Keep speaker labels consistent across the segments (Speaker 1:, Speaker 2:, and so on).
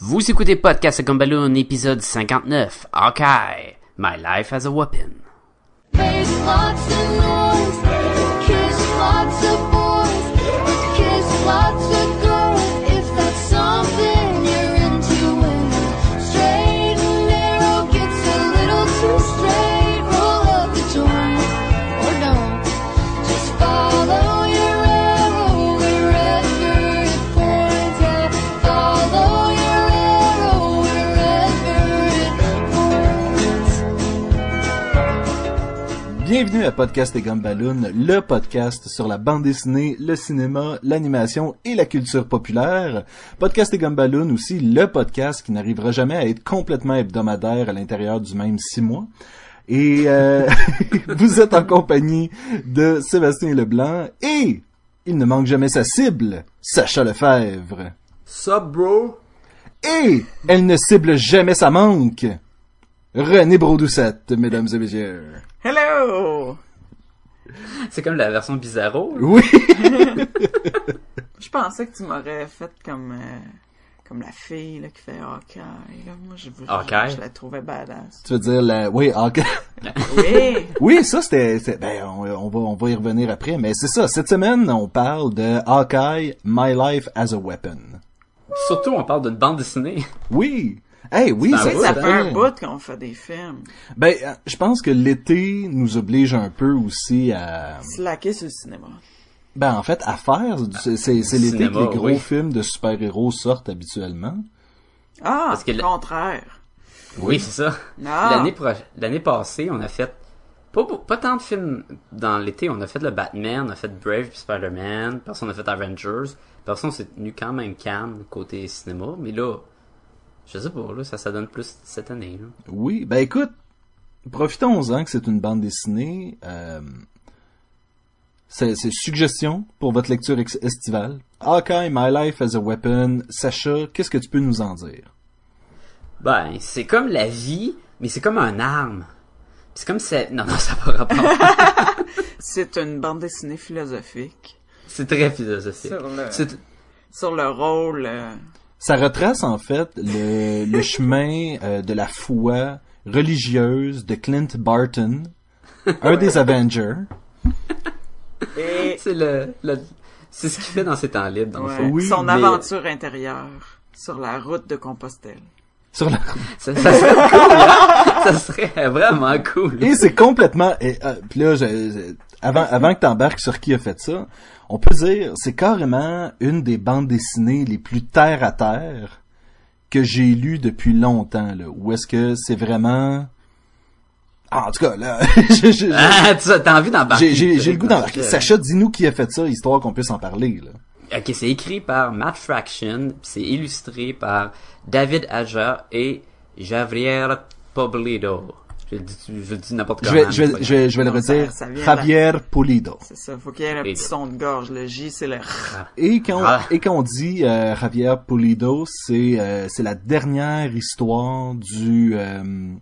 Speaker 1: Vous écoutez Podcast à Gumballoon, épisode 59. Ok, My Life as a Weapon.
Speaker 2: Face lots of noise, kiss lots of boys, kiss lots of girls. If that's something you're into, and straight and narrow gets a little too straight, roll up the joint or don't. Just follow your arrow wherever it points. Yeah, follow your arrow wherever it points.
Speaker 3: Bienvenue à Podcast et Gumballoon, le podcast sur la bande dessinée, le cinéma, l'animation et la culture populaire. Podcast et Gumballoon aussi, le podcast qui n'arrivera jamais à être complètement hebdomadaire à l'intérieur du même six mois. Et euh, vous êtes en compagnie de Sébastien Leblanc et il ne manque jamais sa cible, Sacha Lefebvre.
Speaker 4: Sup, bro?
Speaker 3: Et elle ne cible jamais sa manque, René Brodoucette, mesdames et messieurs.
Speaker 5: Hello!
Speaker 1: C'est comme la version bizarro.
Speaker 3: Oui,
Speaker 5: Je pensais que tu m'aurais fait comme, euh, comme la fille là, qui fait Hawkeye. Là, moi, je, je-
Speaker 1: Hawkeye?
Speaker 5: je, la trouvais badass.
Speaker 3: tu veux dire la... Oui, ah, ok.
Speaker 5: Oui!
Speaker 3: Oui, ça c'était, c'est- ben on, on va on va y revenir après, mais c'est ça. Cette semaine, on parle de Hawkeye, My Life as a Weapon.
Speaker 1: Surtout, on parle d'une bande dessinée.
Speaker 3: Oui. Hey, oui,
Speaker 1: C'est un
Speaker 5: Tu sais,
Speaker 1: bout,
Speaker 5: ça
Speaker 3: fait-
Speaker 5: fait un bout qu'on fait des films.
Speaker 3: Ben, euh, je pense que l'été nous oblige un peu aussi à,
Speaker 5: Slacker sur le cinéma.
Speaker 3: ben en fait, à faire. du- c'est- C'est c'est l'été que
Speaker 1: Cinéma,
Speaker 3: les gros
Speaker 1: oui.
Speaker 3: films de super-héros sortent habituellement.
Speaker 5: Ah,
Speaker 1: Parce que
Speaker 5: le
Speaker 1: le-
Speaker 5: contraire.
Speaker 1: Oui, c'est ça.
Speaker 5: Non.
Speaker 1: L'année proche- l'année passée, on a fait pas, beau- pas tant de films dans l'été. On a fait le Batman, on a fait Brave puis Spider-Man, personne on a fait Avengers. Personne on s'est tenu quand même calme côté cinéma. Mais là, je sais pas, là, ça, ça donne plus cette année. là.
Speaker 3: Oui, ben écoute, profitons-en que c'est une bande dessinée. Euh, c'est c'est suggestion pour votre lecture ex- estivale. Hawkeye, My Life as a Weapon. Sacha, qu'est-ce que tu peux nous en dire?
Speaker 1: Ben, c'est comme la vie, mais c'est comme un arme. Puis c'est comme ça... Non, non, ça n'a pas rapport.
Speaker 5: C'est une bande dessinée philosophique
Speaker 1: c'est très philosophique.
Speaker 5: Sur le-
Speaker 1: C'est-
Speaker 5: sur le rôle. euh,
Speaker 3: Ça retrace en fait le, le chemin euh, de la foi religieuse de Clint Barton, un des Avengers.
Speaker 5: et
Speaker 1: C'est le... le- C'est ce qu'il fait dans ses temps libres, dans le
Speaker 5: ouais,
Speaker 1: fond.
Speaker 3: Oui,
Speaker 5: son
Speaker 3: mais-
Speaker 5: aventure intérieure sur la route de Compostelle.
Speaker 3: Sur la...
Speaker 1: Ça, ça serait cool, hein? Ça serait vraiment cool.
Speaker 3: Et c'est complètement. et, euh, puis là, je- je- avant, avant que t'embarques sur qui a fait ça, on peut dire c'est carrément une des bandes dessinées les plus terre à terre que j'ai lues depuis longtemps. Là, où est-ce que c'est vraiment Ah, en tout cas là, je- je- je-
Speaker 1: Ah, tu as t'as envie
Speaker 3: j'ai
Speaker 1: d'embarquer.
Speaker 3: j'ai- j'ai le goût d'embarquer.
Speaker 1: Euh,
Speaker 3: Sacha, dis-nous qui a fait ça, histoire qu'on puisse en parler. Là.
Speaker 1: Ok, c'est écrit par Matt Fraction, puis c'est illustré par David Aja et Javier Pobledo. Je le dis, je le dis n'importe
Speaker 3: Je
Speaker 1: comment. hein,
Speaker 3: vais, je vais, je vais, je vais le
Speaker 5: Non, ça-
Speaker 3: redire.
Speaker 5: ça vient de la-
Speaker 3: Javier Pulido.
Speaker 5: C'est ça, faut qu'il y ait un
Speaker 1: Et-
Speaker 5: petit son de gorge. Le J, c'est le R.
Speaker 3: Et quand,
Speaker 1: Ah.
Speaker 3: et quand on dit euh, Javier Pulido, c'est euh, c'est la dernière histoire du euh,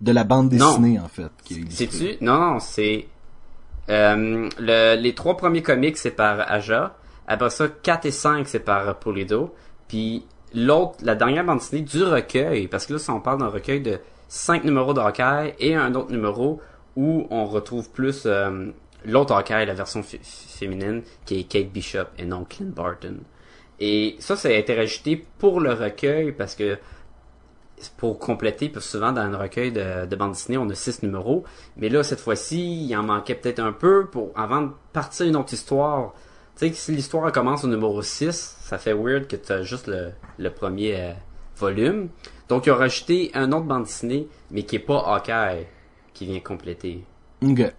Speaker 3: de la bande
Speaker 1: Non.
Speaker 3: dessinée en fait. qui est illustrée.
Speaker 1: C'est-tu? Non, non, c'est... Euh, le- les trois premiers comics, c'est par Aja. Après ça, 4 et 5, c'est par Polido. Puis l'autre, la dernière bande dessinée du recueil, parce que là, si on parle d'un recueil de 5 numéros de Hawkeye et un autre numéro où on retrouve plus euh, l'autre Hawkeye, la version fé- féminine, qui est Kate Bishop et non Clint Barton. Et ça, ça a été rajouté pour le recueil parce que pour compléter, parce que souvent dans un recueil de, de bande dessinée, on a six numéros. Mais là, cette fois-ci, il en manquait peut-être un peu pour avant de partir une autre histoire. Tu sais, que si l'histoire commence au numéro 6, ça fait weird que tu as juste le, le premier euh, volume. Donc, ils ont rajouté un autre bande dessinée, mais qui est pas Hawkeye, qui vient compléter.
Speaker 3: Ok.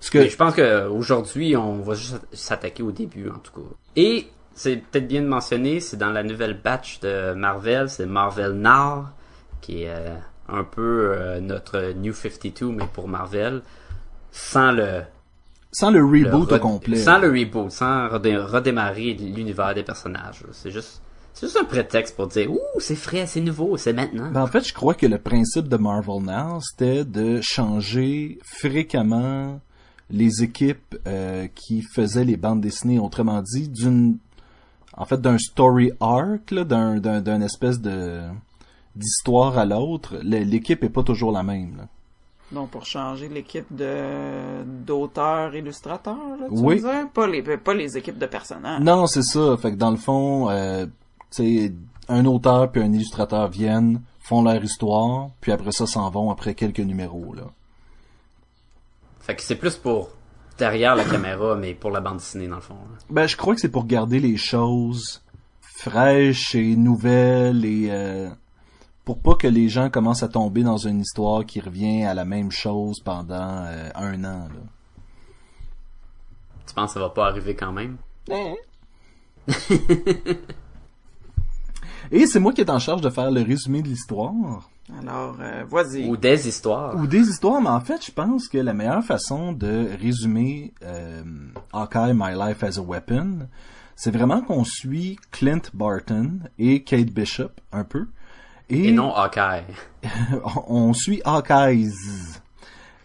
Speaker 3: Ce que
Speaker 1: Mais je pense qu'aujourd'hui, on va juste s'attaquer au début, en tout cas. Et c'est peut-être bien de mentionner, c'est dans la nouvelle batch de Marvel, c'est Marvel Now, qui est euh, un peu euh, notre New 52, mais pour Marvel, sans le...
Speaker 3: sans le
Speaker 1: le
Speaker 3: reboot
Speaker 1: re-
Speaker 3: au complet.
Speaker 1: Sans le reboot, sans redé- redémarrer l'univers des personnages. là. C'est juste... C'est juste un prétexte pour dire Ouh, c'est frais, c'est nouveau, c'est maintenant.
Speaker 3: Ben, en fait, je crois que le principe de Marvel Now, c'était de changer fréquemment les équipes euh, qui faisaient les bandes dessinées. Autrement dit, d'une en fait d'un story arc, là, d'un, d'un, d'un espèce de d'histoire à l'autre, le- l'équipe est pas toujours la même. Là.
Speaker 5: Donc, pour changer l'équipe de d'auteurs-illustrateurs, là, tu
Speaker 3: Oui.
Speaker 5: veux dire? Pas les, pas les équipes de personnages.
Speaker 3: Non, c'est ça. Fait que dans le fond, euh, tu sais, un auteur puis un illustrateur viennent, font leur histoire, puis après ça s'en vont après quelques numéros là.
Speaker 1: Fait que c'est plus pour derrière la caméra, mais pour la bande dessinée, dans le fond. là.
Speaker 3: Ben, je crois que c'est pour garder les choses fraîches et nouvelles et euh, pour pas que les gens commencent à tomber dans une histoire qui revient à la même chose pendant euh, un an. Là.
Speaker 1: Tu penses que ça va pas arriver quand même?
Speaker 3: Et c'est moi qui est en charge de faire le résumé de l'histoire
Speaker 5: Alors, euh, vas-y.
Speaker 1: Ou des histoires?
Speaker 3: ou des histoires, mais en fait, je pense que la meilleure façon de résumer euh, Hawkeye My Life as a Weapon, c'est vraiment qu'on suit Clint Barton et Kate Bishop un peu.
Speaker 1: Et
Speaker 3: Hmm.
Speaker 1: non Hawkeye.
Speaker 3: on suit Hawkeyes.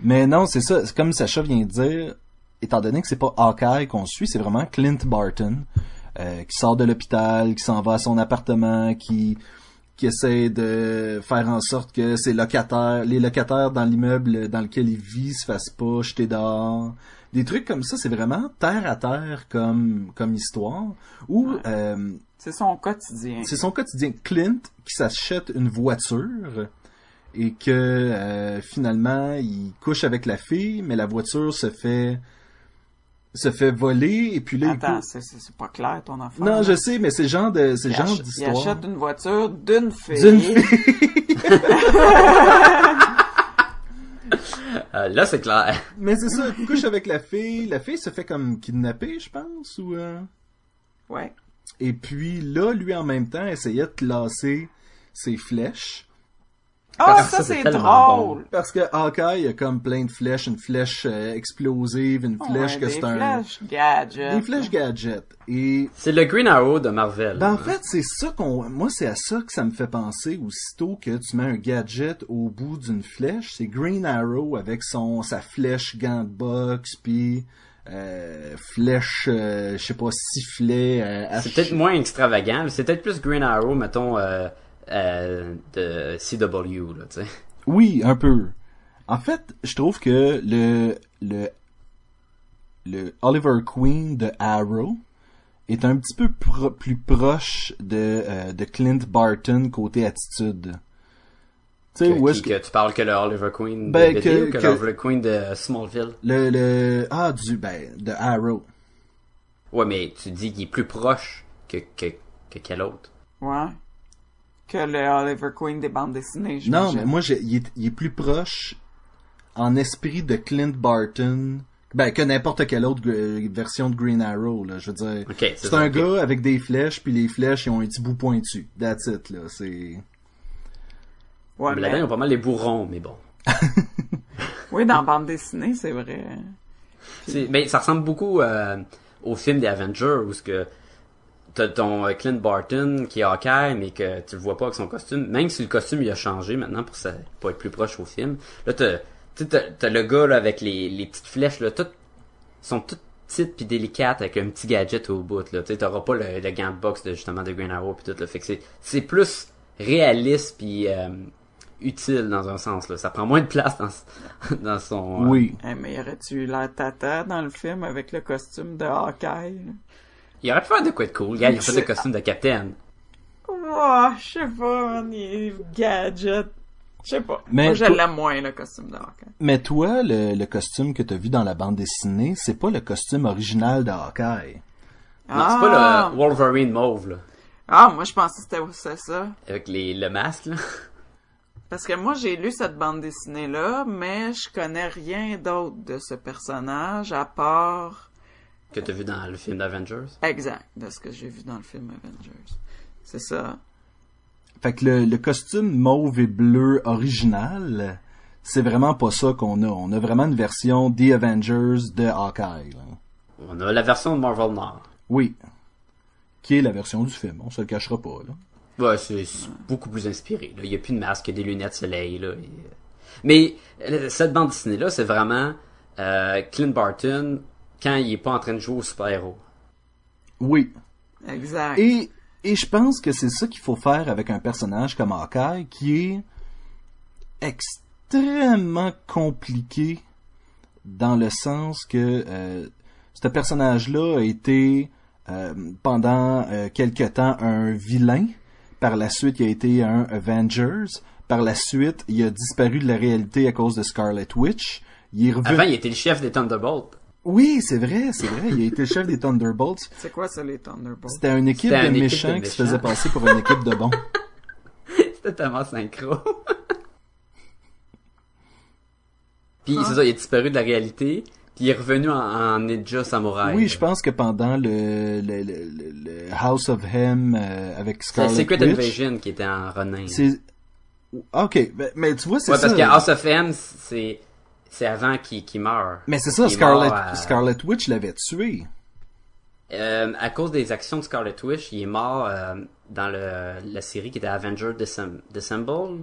Speaker 3: Mais non, c'est ça. C'est comme Sacha vient de dire, étant donné que c'est pas Hawkeye qu'on suit, c'est vraiment Clint Barton euh, qui sort de l'hôpital, qui s'en va à son appartement, qui qui essaie de faire en sorte que ses locataires, les locataires dans l'immeuble dans lequel il vit se fassent pas jeter dehors. Des trucs comme ça, c'est vraiment terre à terre comme comme histoire. Ou euh,
Speaker 5: C'est son quotidien.
Speaker 3: c'est son quotidien. Clint qui s'achète une voiture et que euh, finalement il couche avec la fille, mais la voiture se fait se fait voler et puis là il
Speaker 5: Attends,
Speaker 3: cou-
Speaker 5: c'est- c'est c'est pas clair ton enfant.
Speaker 3: Non, je sais, mais c'est le genre de c'est le
Speaker 5: Il
Speaker 3: genre
Speaker 5: ach- Il
Speaker 3: d'histoire.
Speaker 5: achète une voiture d'une fille.
Speaker 3: D'une fille.
Speaker 1: Euh, là, c'est clair.
Speaker 3: Mais c'est ça, il couche avec la fille, la fille se fait comme kidnapper, je pense ou euh,
Speaker 5: Ouais.
Speaker 3: Et puis là, lui en même temps essayait de classer ses flèches.
Speaker 5: Ah,
Speaker 1: Parce que
Speaker 5: ça,
Speaker 1: ça,
Speaker 5: c'est
Speaker 1: c'est tellement
Speaker 5: drôle.
Speaker 3: Parce que Hawkeye, il y a comme plein de flèches, une flèche euh, explosive, une flèche
Speaker 5: Ouais,
Speaker 3: que
Speaker 5: des
Speaker 3: c'est un...
Speaker 5: flèches gadget.
Speaker 3: Des flèches gadget. Et
Speaker 1: C'est le Green Arrow de Marvel.
Speaker 3: ben, en fait, c'est ça qu'on. Moi, c'est à ça que ça me fait penser aussitôt que tu mets un gadget au bout d'une flèche. C'est Green Arrow avec son sa flèche gant de boxe, puis euh, flèche, euh, je sais pas, sifflet. euh, à
Speaker 1: C'est peut-être
Speaker 3: ch-
Speaker 1: moins extravagant, mais c'est peut-être plus Green Arrow, mettons, euh, euh, de CW, là, tu sais.
Speaker 3: Oui, un peu. En fait, je trouve que le le le Oliver Queen de Arrow est un petit peu pro- plus proche de euh, de Clint Barton côté attitude. Tu sais
Speaker 1: Que-
Speaker 3: où est-ce
Speaker 1: qui-
Speaker 3: que
Speaker 1: que tu parles que le Oliver Queen de
Speaker 3: Ben,
Speaker 1: BD
Speaker 3: que-
Speaker 1: ou que,
Speaker 3: que-
Speaker 1: l'Oliver Queen de Smallville?
Speaker 3: le le ah du ben de Arrow.
Speaker 1: Ouais, mais tu dis qu'il est plus proche que, que, que quel autre.
Speaker 5: Ouais. Que le Oliver Queen des bandes dessinées, je
Speaker 3: Non, mais moi j'ai- il est, il est plus proche en esprit de Clint Barton ben que n'importe quelle autre euh, version de Green Arrow là, je veux dire.
Speaker 1: Ok, c'est
Speaker 3: C'est
Speaker 1: ça,
Speaker 3: un
Speaker 1: ok.
Speaker 3: gars avec des flèches, puis les flèches, ils ont un petit bout pointu. That's it, là. C'est...
Speaker 1: mais
Speaker 5: Ouais, mais-
Speaker 1: là-dedans, ils ont pas mal les bourrons, mais bon.
Speaker 5: Oui, dans bande dessinée, c'est vrai.
Speaker 1: C'est- Mais ça ressemble beaucoup euh, au film des Avengers où ce que t'as ton euh, Clint Barton qui est Hawkeye mais que tu le vois pas avec son costume. Même si le costume il a changé maintenant pour ça pour être plus proche au film. Là t'as tu sais, t'as- t'as le gars là, avec les, les petites flèches là, toutes sont toutes petites puis délicates avec un petit gadget au bout là. Tu sais, t'auras pas le, le gant de boxe de justement de Green Arrow puis tout le fait que c'est c'est plus réaliste puis euh, utile dans un sens là. Ça prend moins de place dans dans son euh,
Speaker 3: Oui.
Speaker 5: Eh, mais y aurait-tu eu l'air tata dans le film avec le costume de Hawkeye? là?
Speaker 1: Il aurait pu faire de quoi de cool, gars. Ils ont fait des costumes de capitaine.
Speaker 5: Ouah, je sais pas, man, il est gadget. Je sais pas.
Speaker 3: Mais
Speaker 5: moi, je
Speaker 3: toi-
Speaker 5: l'aime moins, le costume de Hawkeye.
Speaker 3: Mais toi, le, le costume que t'as vu dans la bande dessinée, c'est pas le costume original de Hawkeye.
Speaker 1: Non, c'est pas le Wolverine mauve, là.
Speaker 5: Ah, moi, je pensais que c'était c'était ça.
Speaker 1: Avec les, le masque, là.
Speaker 5: Parce que moi, j'ai lu cette bande dessinée-là, mais je connais rien d'autre de ce personnage à part,
Speaker 1: Que t'as vu dans le film d'Avengers.
Speaker 5: exact, de ce que j'ai vu dans le film Avengers. C'est ça.
Speaker 3: Fait que le, le costume mauve et bleu original, c'est vraiment pas ça qu'on a. On a vraiment une version The Avengers de Hawkeye. là.
Speaker 1: On a la version de Marvel Nord.
Speaker 3: Oui. Qui est la version du film, on se le cachera pas. Là.
Speaker 1: Ouais, c'est c'est beaucoup plus inspiré, là. Il y a plus de masque, il y a des lunettes de soleil, là. Et- Mais euh, cette bande dessinée-là, c'est vraiment euh, Clint Barton quand il est pas en train de jouer au super-héros.
Speaker 3: Oui.
Speaker 5: Exact.
Speaker 3: Et, et je pense que c'est ça qu'il faut faire avec un personnage comme Hawkeye, qui est extrêmement compliqué dans le sens que euh, ce personnage-là a été euh, pendant euh, quelque temps un vilain, par la suite il a été un Avengers, par la suite il a disparu de la réalité à cause de Scarlet Witch, il est revenu...
Speaker 1: Avant, il était le chef des Thunderbolts.
Speaker 3: Oui, c'est vrai, c'est vrai, il a été le chef des Thunderbolts.
Speaker 5: C'est quoi ça, les Thunderbolts?
Speaker 3: C'était une équipe,
Speaker 1: C'était
Speaker 3: de,
Speaker 1: une équipe de
Speaker 3: méchants qui se
Speaker 1: méchants.
Speaker 3: faisait passer pour une équipe de bons.
Speaker 1: C'était tellement synchro. Puis c'est ça, il est disparu de la réalité, puis il est revenu en, en ninja samouraï.
Speaker 3: Oui, je pense que pendant le, le, le- le- le House of Hem euh, avec
Speaker 1: C'est
Speaker 3: Scarlet
Speaker 1: Secret
Speaker 3: Witch,
Speaker 1: Invasion qui était en Ronin. Ouais,
Speaker 3: c'est ok, ben, mais tu vois c'est
Speaker 1: parce
Speaker 3: ça.
Speaker 1: que ah, House of M, c'est c'est avant qu'il qu'il meure.
Speaker 3: Mais c'est ça,
Speaker 1: Il est
Speaker 3: Scarlet,
Speaker 1: mort euh, à-
Speaker 3: Scarlet Witch l'avait tué.
Speaker 1: Euh, à cause des actions de Scarlet Witch, il est mort euh, dans le, la série qui était Avenger Dissem- Dissemble,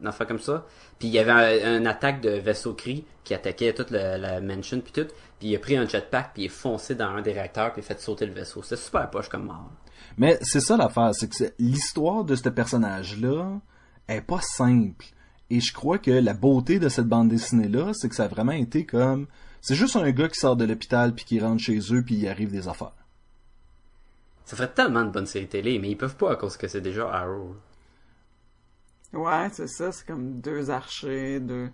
Speaker 1: une affaire comme ça. Puis il y avait un- une attaque de vaisseau cri qui attaquait toute la, la mansion puis tout. Puis il a pris un jetpack puis il est foncé dans un des réacteurs puis il a fait sauter le vaisseau. C'est super poche comme mort.
Speaker 3: Mais c'est ça l'affaire, c'est que c'est- l'histoire de ce personnage-là est pas simple. Et je crois que la beauté de cette bande dessinée-là, c'est que ça a vraiment été comme... C'est juste un gars qui sort de l'hôpital, puis qui rentre chez eux, puis il arrive des affaires.
Speaker 1: Ça ferait tellement de bonnes séries télé, mais ils peuvent pas à cause que c'est déjà Arrow.
Speaker 5: Ouais, c'est ça, c'est comme deux archers, deux...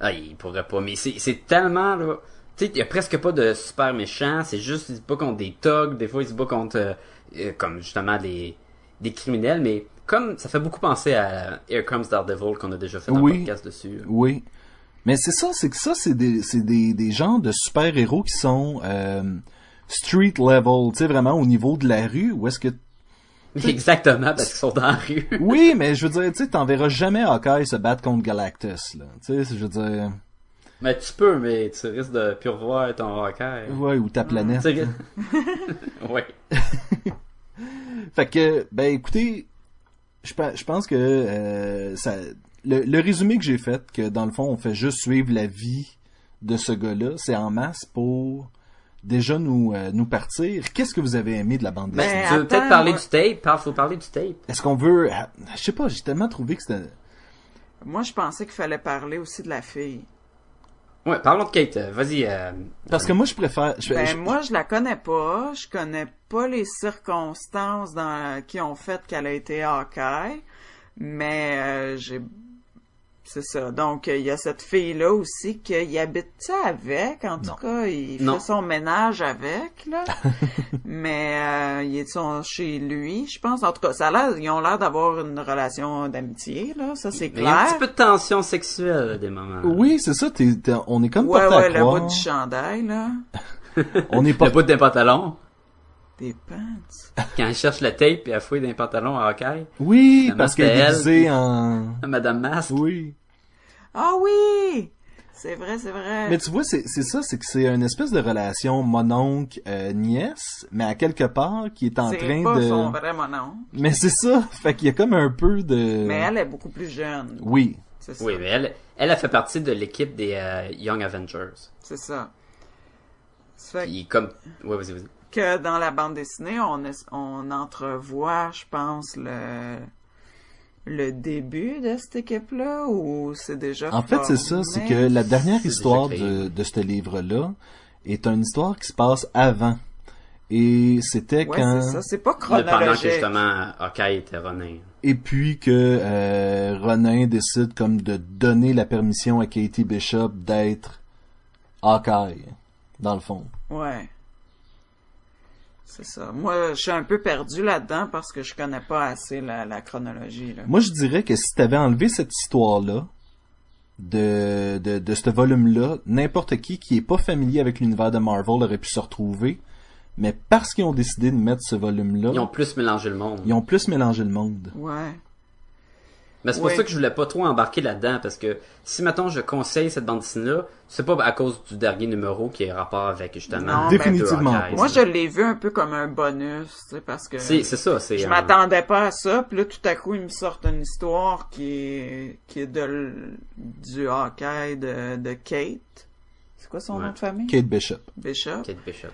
Speaker 1: Ah, il pourrait pas, mais c'est c'est tellement, là... Tu sais, il y a presque pas de super méchants, c'est juste, ils se battent contre des thugs, des fois ils se battent contre, euh, euh, comme justement, des, des criminels, mais comme, ça fait beaucoup penser à Here Comes Daredevil qu'on a déjà fait un
Speaker 3: Oui.
Speaker 1: podcast dessus.
Speaker 3: Oui. Mais c'est ça, c'est que ça, c'est des, c'est des, des genres de super-héros qui sont euh, street level, tu sais, vraiment au niveau de la rue, où est-ce que...
Speaker 1: Exactement, parce qu'ils sont dans la rue.
Speaker 3: Oui, mais je veux dire, tu sais, t'enverras jamais Hawkeye se battre contre Galactus, là. Tu sais, je veux dire...
Speaker 1: mais tu peux, mais tu risques de plus revoir ton rocker.
Speaker 3: Ouais, ou ta planète.
Speaker 1: ouais.
Speaker 3: Fait que, ben écoutez, je, pe- je pense que euh, ça, le, le résumé que j'ai fait, que dans le fond, on fait juste suivre la vie de ce gars-là, c'est en masse pour déjà nous, euh, nous partir. Qu'est-ce que vous avez aimé de la bande dessinée?
Speaker 5: Mais
Speaker 1: tu veux
Speaker 5: Ben, attends,
Speaker 1: peut-être parler
Speaker 5: moi-
Speaker 1: du tape, Parle- faut parler du tape.
Speaker 5: Ben-
Speaker 3: Est-ce qu'on veut... ah, Je sais pas, j'ai tellement trouvé que c'était...
Speaker 5: Moi, je pensais qu'il fallait parler aussi de la fille.
Speaker 1: Ouais, parlons de Kate, euh, vas-y, euh,
Speaker 3: Parce que moi, je préfère... Je,
Speaker 5: Ben,
Speaker 3: je-
Speaker 5: moi, je la connais pas. Je connais pas les circonstances dans, qui ont fait qu'elle a été Hawkeye. Mais, euh, j'ai, c'est ça. Donc, euh, il y a cette fille-là aussi qu'il habite avec. En
Speaker 3: Non.
Speaker 5: tout cas, il
Speaker 1: Non.
Speaker 5: fait son ménage avec, là. mais, euh, ils sont chez lui, je pense. En tout cas, ça a l'air, ils ont l'air d'avoir une relation d'amitié, là. Ça, c'est
Speaker 1: mais il y a un
Speaker 5: clair.
Speaker 1: petit peu de tension sexuelle, à des moments.
Speaker 3: Oui, c'est ça, t'es- t'es- on est comme
Speaker 5: Ouais,
Speaker 3: porté à
Speaker 5: ouais, le
Speaker 3: croire.
Speaker 5: bout du chandail, là.
Speaker 3: On est
Speaker 1: Le
Speaker 3: porté...
Speaker 1: bout d'un pantalon.
Speaker 5: Des pants.
Speaker 1: Quand elle cherche la tape et elle fouille dans les pantalons à Hawkeye,
Speaker 3: Oui,
Speaker 1: Finalement,
Speaker 3: parce qu'elle
Speaker 1: c'était
Speaker 3: est
Speaker 1: elle.
Speaker 3: déguisée en...
Speaker 1: Madame Masque,
Speaker 3: Oui.
Speaker 5: Ah oui! C'est vrai, c'est vrai.
Speaker 3: Mais tu vois, c'est c'est ça, c'est que c'est une espèce de relation mononcle-nièce, mais à quelque part, qui est en train
Speaker 5: c'est pas
Speaker 3: de...
Speaker 5: son vrai nom.
Speaker 3: Mais c'est ça, fait qu'il y a comme un peu de...
Speaker 5: Mais elle est beaucoup plus jeune.
Speaker 3: Oui.
Speaker 5: C'est ça.
Speaker 1: oui, mais elle, elle a fait partie de l'équipe des euh, Young Avengers.
Speaker 5: C'est ça. Ça fait
Speaker 1: Puis comme, ouais, vas-y, vas-y.
Speaker 5: que dans la bande dessinée, on, es- on entrevoit, je pense, le le début de cette équipe-là, ou c'est déjà...
Speaker 3: En fait, c'est ça,
Speaker 5: formé?
Speaker 3: c'est que la dernière
Speaker 1: C'est
Speaker 3: histoire
Speaker 1: déjà créé.
Speaker 3: de, de ce livre-là est une histoire qui se passe avant. Et c'était
Speaker 5: Ouais,
Speaker 3: quand...
Speaker 5: c'est ça, c'est pas
Speaker 1: Pendant que
Speaker 5: chronologique.
Speaker 1: justement Hawkeye était Ronin.
Speaker 3: Et puis que euh, Ronin décide comme de donner la permission à Katie Bishop d'être Hawkeye, dans le fond.
Speaker 5: Ouais. C'est ça. Moi, je suis un peu perdu là-dedans parce que je connais pas assez la, la chronologie. Là.
Speaker 3: Moi, je dirais que si t'avais enlevé cette histoire-là, de, de, de ce volume-là, n'importe qui qui est pas familier avec l'univers de Marvel aurait pu se retrouver. Mais parce qu'ils ont décidé de mettre ce volume-là,
Speaker 1: Ils ont plus mélangé le monde.
Speaker 3: ils ont plus mélangé le monde.
Speaker 5: Ouais.
Speaker 1: Mais c'est pour
Speaker 5: Ouais.
Speaker 1: ça que je voulais pas trop embarquer là-dedans, parce que si, mettons, je conseille cette bande dessinée-là, c'est pas à cause du dernier numéro qui est rapport avec, justement,
Speaker 5: Non, ben,
Speaker 1: les deux
Speaker 3: Définitivement
Speaker 1: Hawkeyes.
Speaker 3: pas.
Speaker 5: Moi, je l'ai vu un peu comme un bonus, tu sais, parce que
Speaker 1: C'est c'est ça, c'est...
Speaker 5: je
Speaker 1: euh,
Speaker 5: m'attendais pas à ça. Puis là, tout à coup, ils me sortent une histoire qui est, qui est de, l- du hockey de, de Kate. C'est quoi son
Speaker 1: Ouais.
Speaker 5: nom de famille?
Speaker 3: Kate Bishop.
Speaker 5: Bishop.
Speaker 1: Kate Bishop.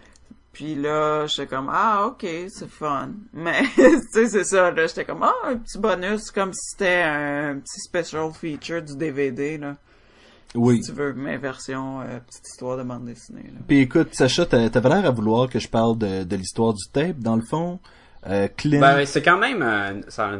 Speaker 5: Puis là, j'étais comme, ah, ok, c'est fun. Mais, tu sais, c'est ça, là, j'étais comme, ah, un petit bonus, comme si c'était un petit special feature du DVD, là.
Speaker 3: Oui.
Speaker 5: Si tu veux, mais version euh, petite histoire de bande dessinée, là.
Speaker 3: Puis écoute, Sacha, t'a- t'avais l'air à vouloir que je parle de, de l'histoire du tape, dans le fond. Euh, Clint.
Speaker 1: Ben, c'est quand même, euh, ça-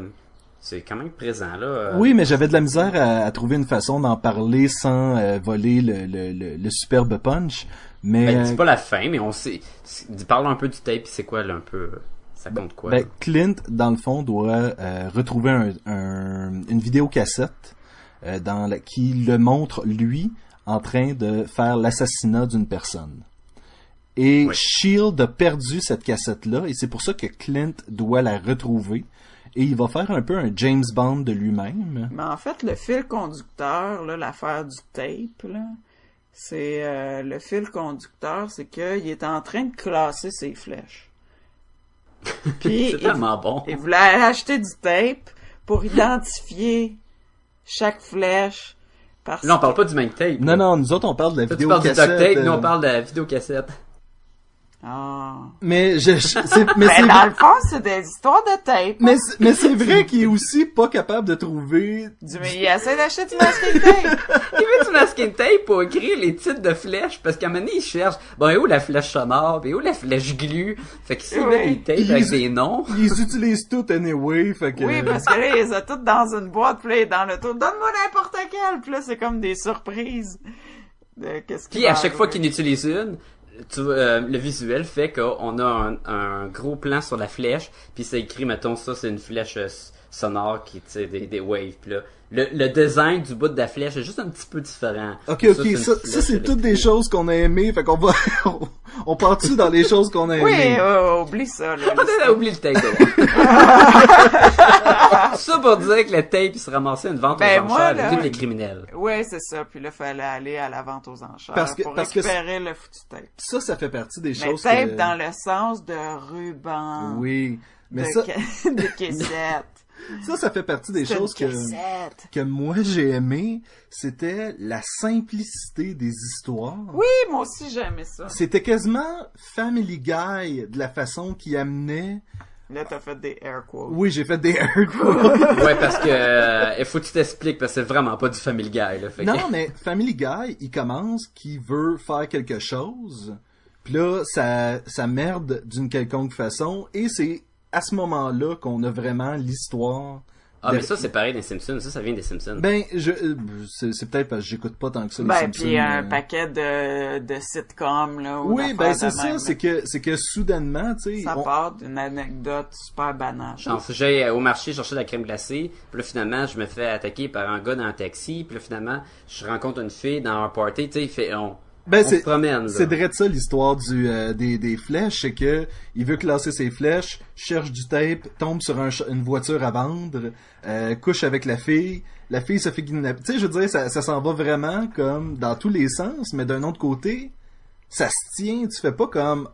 Speaker 1: c'est quand même présent, là. euh,
Speaker 3: oui, mais j'avais de la misère à, à trouver une façon d'en parler sans euh, voler le, le, le, le superbe punch. Mais
Speaker 1: Ben,
Speaker 3: euh,
Speaker 1: dis pas la fin, mais on sait. c'est- dis- Parle un peu du tape, c'est quoi, là, un peu. euh, Ça compte quoi?
Speaker 3: Ben,
Speaker 1: là?
Speaker 3: Clint, dans le fond, doit euh, retrouver un, un- une vidéocassette euh, dans la, qui le montre, lui, en train de faire l'assassinat d'une personne. Et
Speaker 1: Oui.
Speaker 3: Shield a perdu cette cassette-là, et c'est pour ça que Clint doit la retrouver. Et il va faire un peu un James Bond de lui-même.
Speaker 5: Mais en fait, le fil conducteur, là, l'affaire du tape, là, c'est euh, le fil conducteur, c'est qu'il est en train de classer ses flèches. Puis
Speaker 1: c'est
Speaker 5: il,
Speaker 1: tellement bon.
Speaker 5: il voulait aller acheter du tape pour identifier chaque flèche. Parce
Speaker 1: Là, on parle
Speaker 5: que-
Speaker 1: pas du même tape. là.
Speaker 3: Non, non, nous autres, on parle de la
Speaker 1: Toi, tu parles du duct
Speaker 3: vidéocassette.
Speaker 1: tape, nous,
Speaker 3: euh,
Speaker 1: on parle de la vidéocassette.
Speaker 5: Ah.
Speaker 3: Mais je, je- c'est- mais c'est
Speaker 5: Ben, dans le fond, c'est des histoires de tape.
Speaker 3: mais c'est- mais c'est vrai qu'il est aussi pas capable de trouver
Speaker 5: Du- mais il essaie d'acheter du masking tape.
Speaker 1: Il veut du masking tape pour écrire les titres de flèches, parce qu'à un moment donné, il cherche, bon, et où la flèche sonore, et où la flèche glue? Fait qu'il s'est
Speaker 5: Oui.
Speaker 1: mis des tapes avec des noms.
Speaker 3: Ils les utilisent toutes anyway, fait que...
Speaker 5: Oui, parce que là, ils ont toutes dans une boîte, puis là, il est dans le tour. Donne-moi n'importe quelle, puis là, c'est comme des surprises. De qu'est-ce qui
Speaker 1: Puis, à
Speaker 5: va
Speaker 1: chaque fois
Speaker 5: arriver.
Speaker 1: qu'il utilise une, tu, vois, euh, le visuel fait qu'on a un, un gros plan sur la flèche, puis c'est écrit, mettons, ça, c'est une flèche euh, s- sonore qui, tu sais, des, des waves, puis là, le, le design du bout de la flèche est juste un petit peu différent.
Speaker 3: Ok,
Speaker 1: Ça,
Speaker 3: ok,
Speaker 1: une
Speaker 3: ça,
Speaker 1: flèche
Speaker 3: ça c'est toutes des
Speaker 1: électrique.
Speaker 3: choses qu'on a aimées, fait qu'on va... on- on part-tu dans les choses qu'on a
Speaker 5: Oui,
Speaker 3: aimées?
Speaker 5: euh, oublie ça, là.
Speaker 1: Ah, t'as oublié le tape, d'abord. ça pour dire que le tape, il se ramassait une vente
Speaker 5: Ben,
Speaker 1: aux
Speaker 5: moi,
Speaker 1: enchères
Speaker 5: là-
Speaker 1: de tous les criminels.
Speaker 5: Ouais, c'est ça. Puis là, fallait aller à la vente aux enchères
Speaker 3: Parce que-
Speaker 5: pour
Speaker 3: parce que
Speaker 5: récupérer le foutu tape.
Speaker 3: Ça, ça fait partie des
Speaker 5: Mais
Speaker 3: choses
Speaker 5: tape
Speaker 3: que-
Speaker 5: dans le sens de ruban.
Speaker 3: Oui, mais
Speaker 5: de,
Speaker 3: ça,
Speaker 5: ca- de caissette.
Speaker 3: ça, ça fait partie des
Speaker 5: C'est une
Speaker 3: choses que...
Speaker 5: caissette.
Speaker 3: que moi j'ai aimé, c'était la simplicité des histoires.
Speaker 5: Oui, moi aussi, j'aimais ça.
Speaker 3: C'était quasiment Family Guy de la façon qu'il amenait.
Speaker 5: Là, t'as fait des air quotes.
Speaker 3: Oui, j'ai fait des air quotes.
Speaker 1: Ouais, parce que euh, il faut que tu t'expliques parce que c'est vraiment pas du Family Guy là. Fait que-
Speaker 3: Non, mais Family Guy, il commence qu'il veut faire quelque chose, puis là, ça, ça merde d'une quelconque façon, et c'est à ce moment-là qu'on a vraiment l'histoire.
Speaker 1: ah,
Speaker 3: de-
Speaker 1: mais ça c'est pareil des Simpsons, ça ça vient des Simpsons.
Speaker 3: Ben, je, euh, c'est c'est peut-être parce que j'écoute pas tant que ça les
Speaker 5: Ben,
Speaker 3: Simpsons,
Speaker 5: puis un
Speaker 3: mais-
Speaker 5: paquet de, de sitcoms, là. ou
Speaker 3: Oui,
Speaker 5: d'affaires
Speaker 3: ben
Speaker 5: de
Speaker 3: c'est ça,
Speaker 5: même,
Speaker 3: c'est que, c'est que soudainement, tu sais,
Speaker 5: Ça
Speaker 3: on-
Speaker 5: part d'une anecdote super banale.
Speaker 1: Genre, j'ai euh, au marché chercher de la crème glacée, puis là finalement je me fais attaquer par un gars dans un taxi, puis là finalement je rencontre une fille dans un party, tu sais, il fait on,
Speaker 3: Ben,
Speaker 1: on
Speaker 3: c'est-
Speaker 1: se promène. là.
Speaker 3: C'est vrai de ça l'histoire du euh, des, des flèches, c'est que il veut classer ses flèches, cherche du tape, tombe sur un ch- une voiture à vendre, euh, couche avec la fille, la fille se fait kidnapper. Tu sais, je veux dire, ça, ça s'en va vraiment comme dans tous les sens, mais d'un autre côté, ça se tient. Tu fais pas comme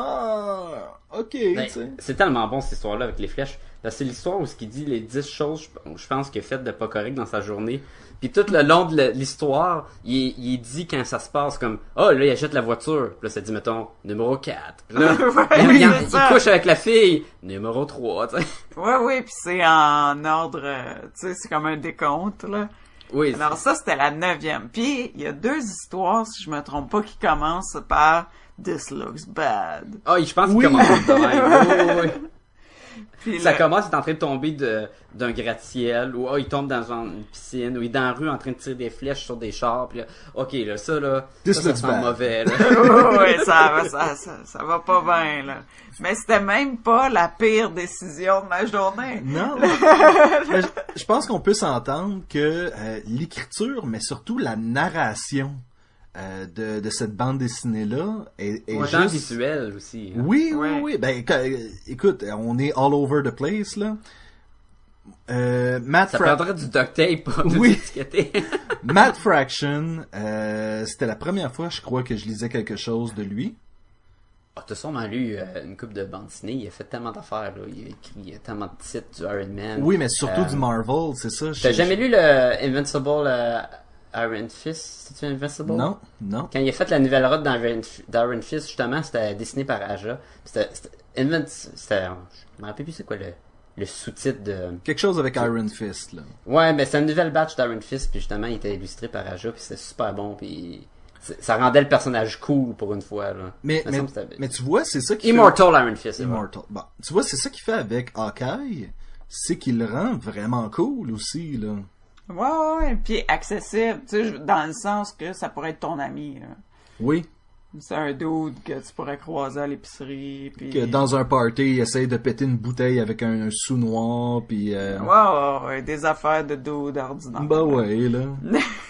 Speaker 3: ah ok.
Speaker 1: Ben,
Speaker 3: tu sais.
Speaker 1: c'est tellement bon cette histoire-là avec les flèches. Là, c'est l'histoire où ce qu'il dit les 10 choses, je- je pense, qu'il a faites de pas correct dans sa journée. Puis tout le long de la- l'histoire, il, il dit quand ça se passe comme Oh là, il achète la voiture. Puis là, ça dit, mettons, numéro 4. Puis là, il,
Speaker 5: oui,
Speaker 1: il-
Speaker 5: c'est
Speaker 1: il
Speaker 5: ça.
Speaker 1: couche avec la fille, numéro 3. tu sais.
Speaker 5: Ouais, oui, puis c'est en ordre, euh, tu sais, c'est comme un décompte, là.
Speaker 1: Oui, c'est-
Speaker 5: Alors ça, c'était la neuvième. Puis, il y a deux histoires, si je me trompe pas, qui commencent par « This looks bad
Speaker 1: Ah, je pense qu'il
Speaker 3: Oui.
Speaker 1: commence de même. Oui, oui, oui. ».
Speaker 5: Puis
Speaker 1: Ça
Speaker 5: là,
Speaker 1: commence, il est en train de tomber de- d'un gratte-ciel, ou oh, il tombe dans genre, une piscine, ou il est dans la rue en train de tirer des flèches sur des chars, puis là, ok, là, ça, là, ça,
Speaker 3: This
Speaker 1: ça
Speaker 3: looks
Speaker 1: sent
Speaker 3: bad.
Speaker 1: mauvais, là.
Speaker 5: Oh, oui, ça, va- ça, ça, ça va pas bien, là. Mais c'était même pas la pire décision de ma journée.
Speaker 3: Non. Mais je- je pense qu'on peut s'entendre que euh, l'écriture, mais surtout la narration euh, de, de cette bande dessinée-là est, est
Speaker 1: Autant
Speaker 3: juste...
Speaker 1: visuel aussi. hein.
Speaker 3: Oui,
Speaker 5: Ouais.
Speaker 3: oui, oui. Ben, éc- euh, écoute, on est all over the place, là. Euh, Matt,
Speaker 1: Ça
Speaker 3: Fra-
Speaker 1: prendrait du duct tape. hein,
Speaker 3: Oui.
Speaker 1: Oui.
Speaker 3: Matt Fraction, euh, c'était la première fois, je crois, que je lisais quelque chose de lui.
Speaker 1: oh, t'as sûrement lu euh, une coupe de bande dessinée. Il a fait tellement d'affaires. là. Il a écrit tellement de titres du Iron Man.
Speaker 3: Oui, mais surtout
Speaker 1: Euh,
Speaker 3: du Marvel, c'est ça.
Speaker 1: T'as
Speaker 3: Je-
Speaker 1: jamais lu le Invincible euh, Iron Fist, c'est Invincible?
Speaker 3: Non, non.
Speaker 1: Quand il a fait la nouvelle route d'Iron d'Iron Fist, justement, c'était dessiné par Aja. Puis C'était, c'était, Invent- c'était, je me rappelle plus c'est quoi le, le sous-titre de...
Speaker 3: Quelque chose avec Iron Fist, là.
Speaker 1: Ouais, mais c'est un nouvel batch d'Iron Fist, puis justement, il était illustré par Aja, puis c'était super bon, puis c'est- ça rendait le personnage cool pour une fois, là.
Speaker 3: Mais,
Speaker 1: Il me
Speaker 3: mais,
Speaker 1: semble que c'était-
Speaker 3: mais tu vois, c'est ça qui fait...
Speaker 1: Immortal Iron Fist, c'est vrai.
Speaker 3: Immortal. Bon. Tu vois, c'est ça qu'il fait avec Hawkeye, c'est qu'il le rend vraiment cool aussi, là.
Speaker 5: Ouais, ouais, ouais. Puis accessible, tu sais, je- dans le sens que ça pourrait être ton ami. là.
Speaker 3: Oui.
Speaker 5: C'est un dude que tu pourrais croiser à l'épicerie. Puis...
Speaker 3: Que dans un party, il essaye de péter une bouteille avec un, un sou noir, puis... Euh...
Speaker 5: Ouais, ouais, ouais, des affaires de dude ordinaire.
Speaker 3: Bah ouais, là.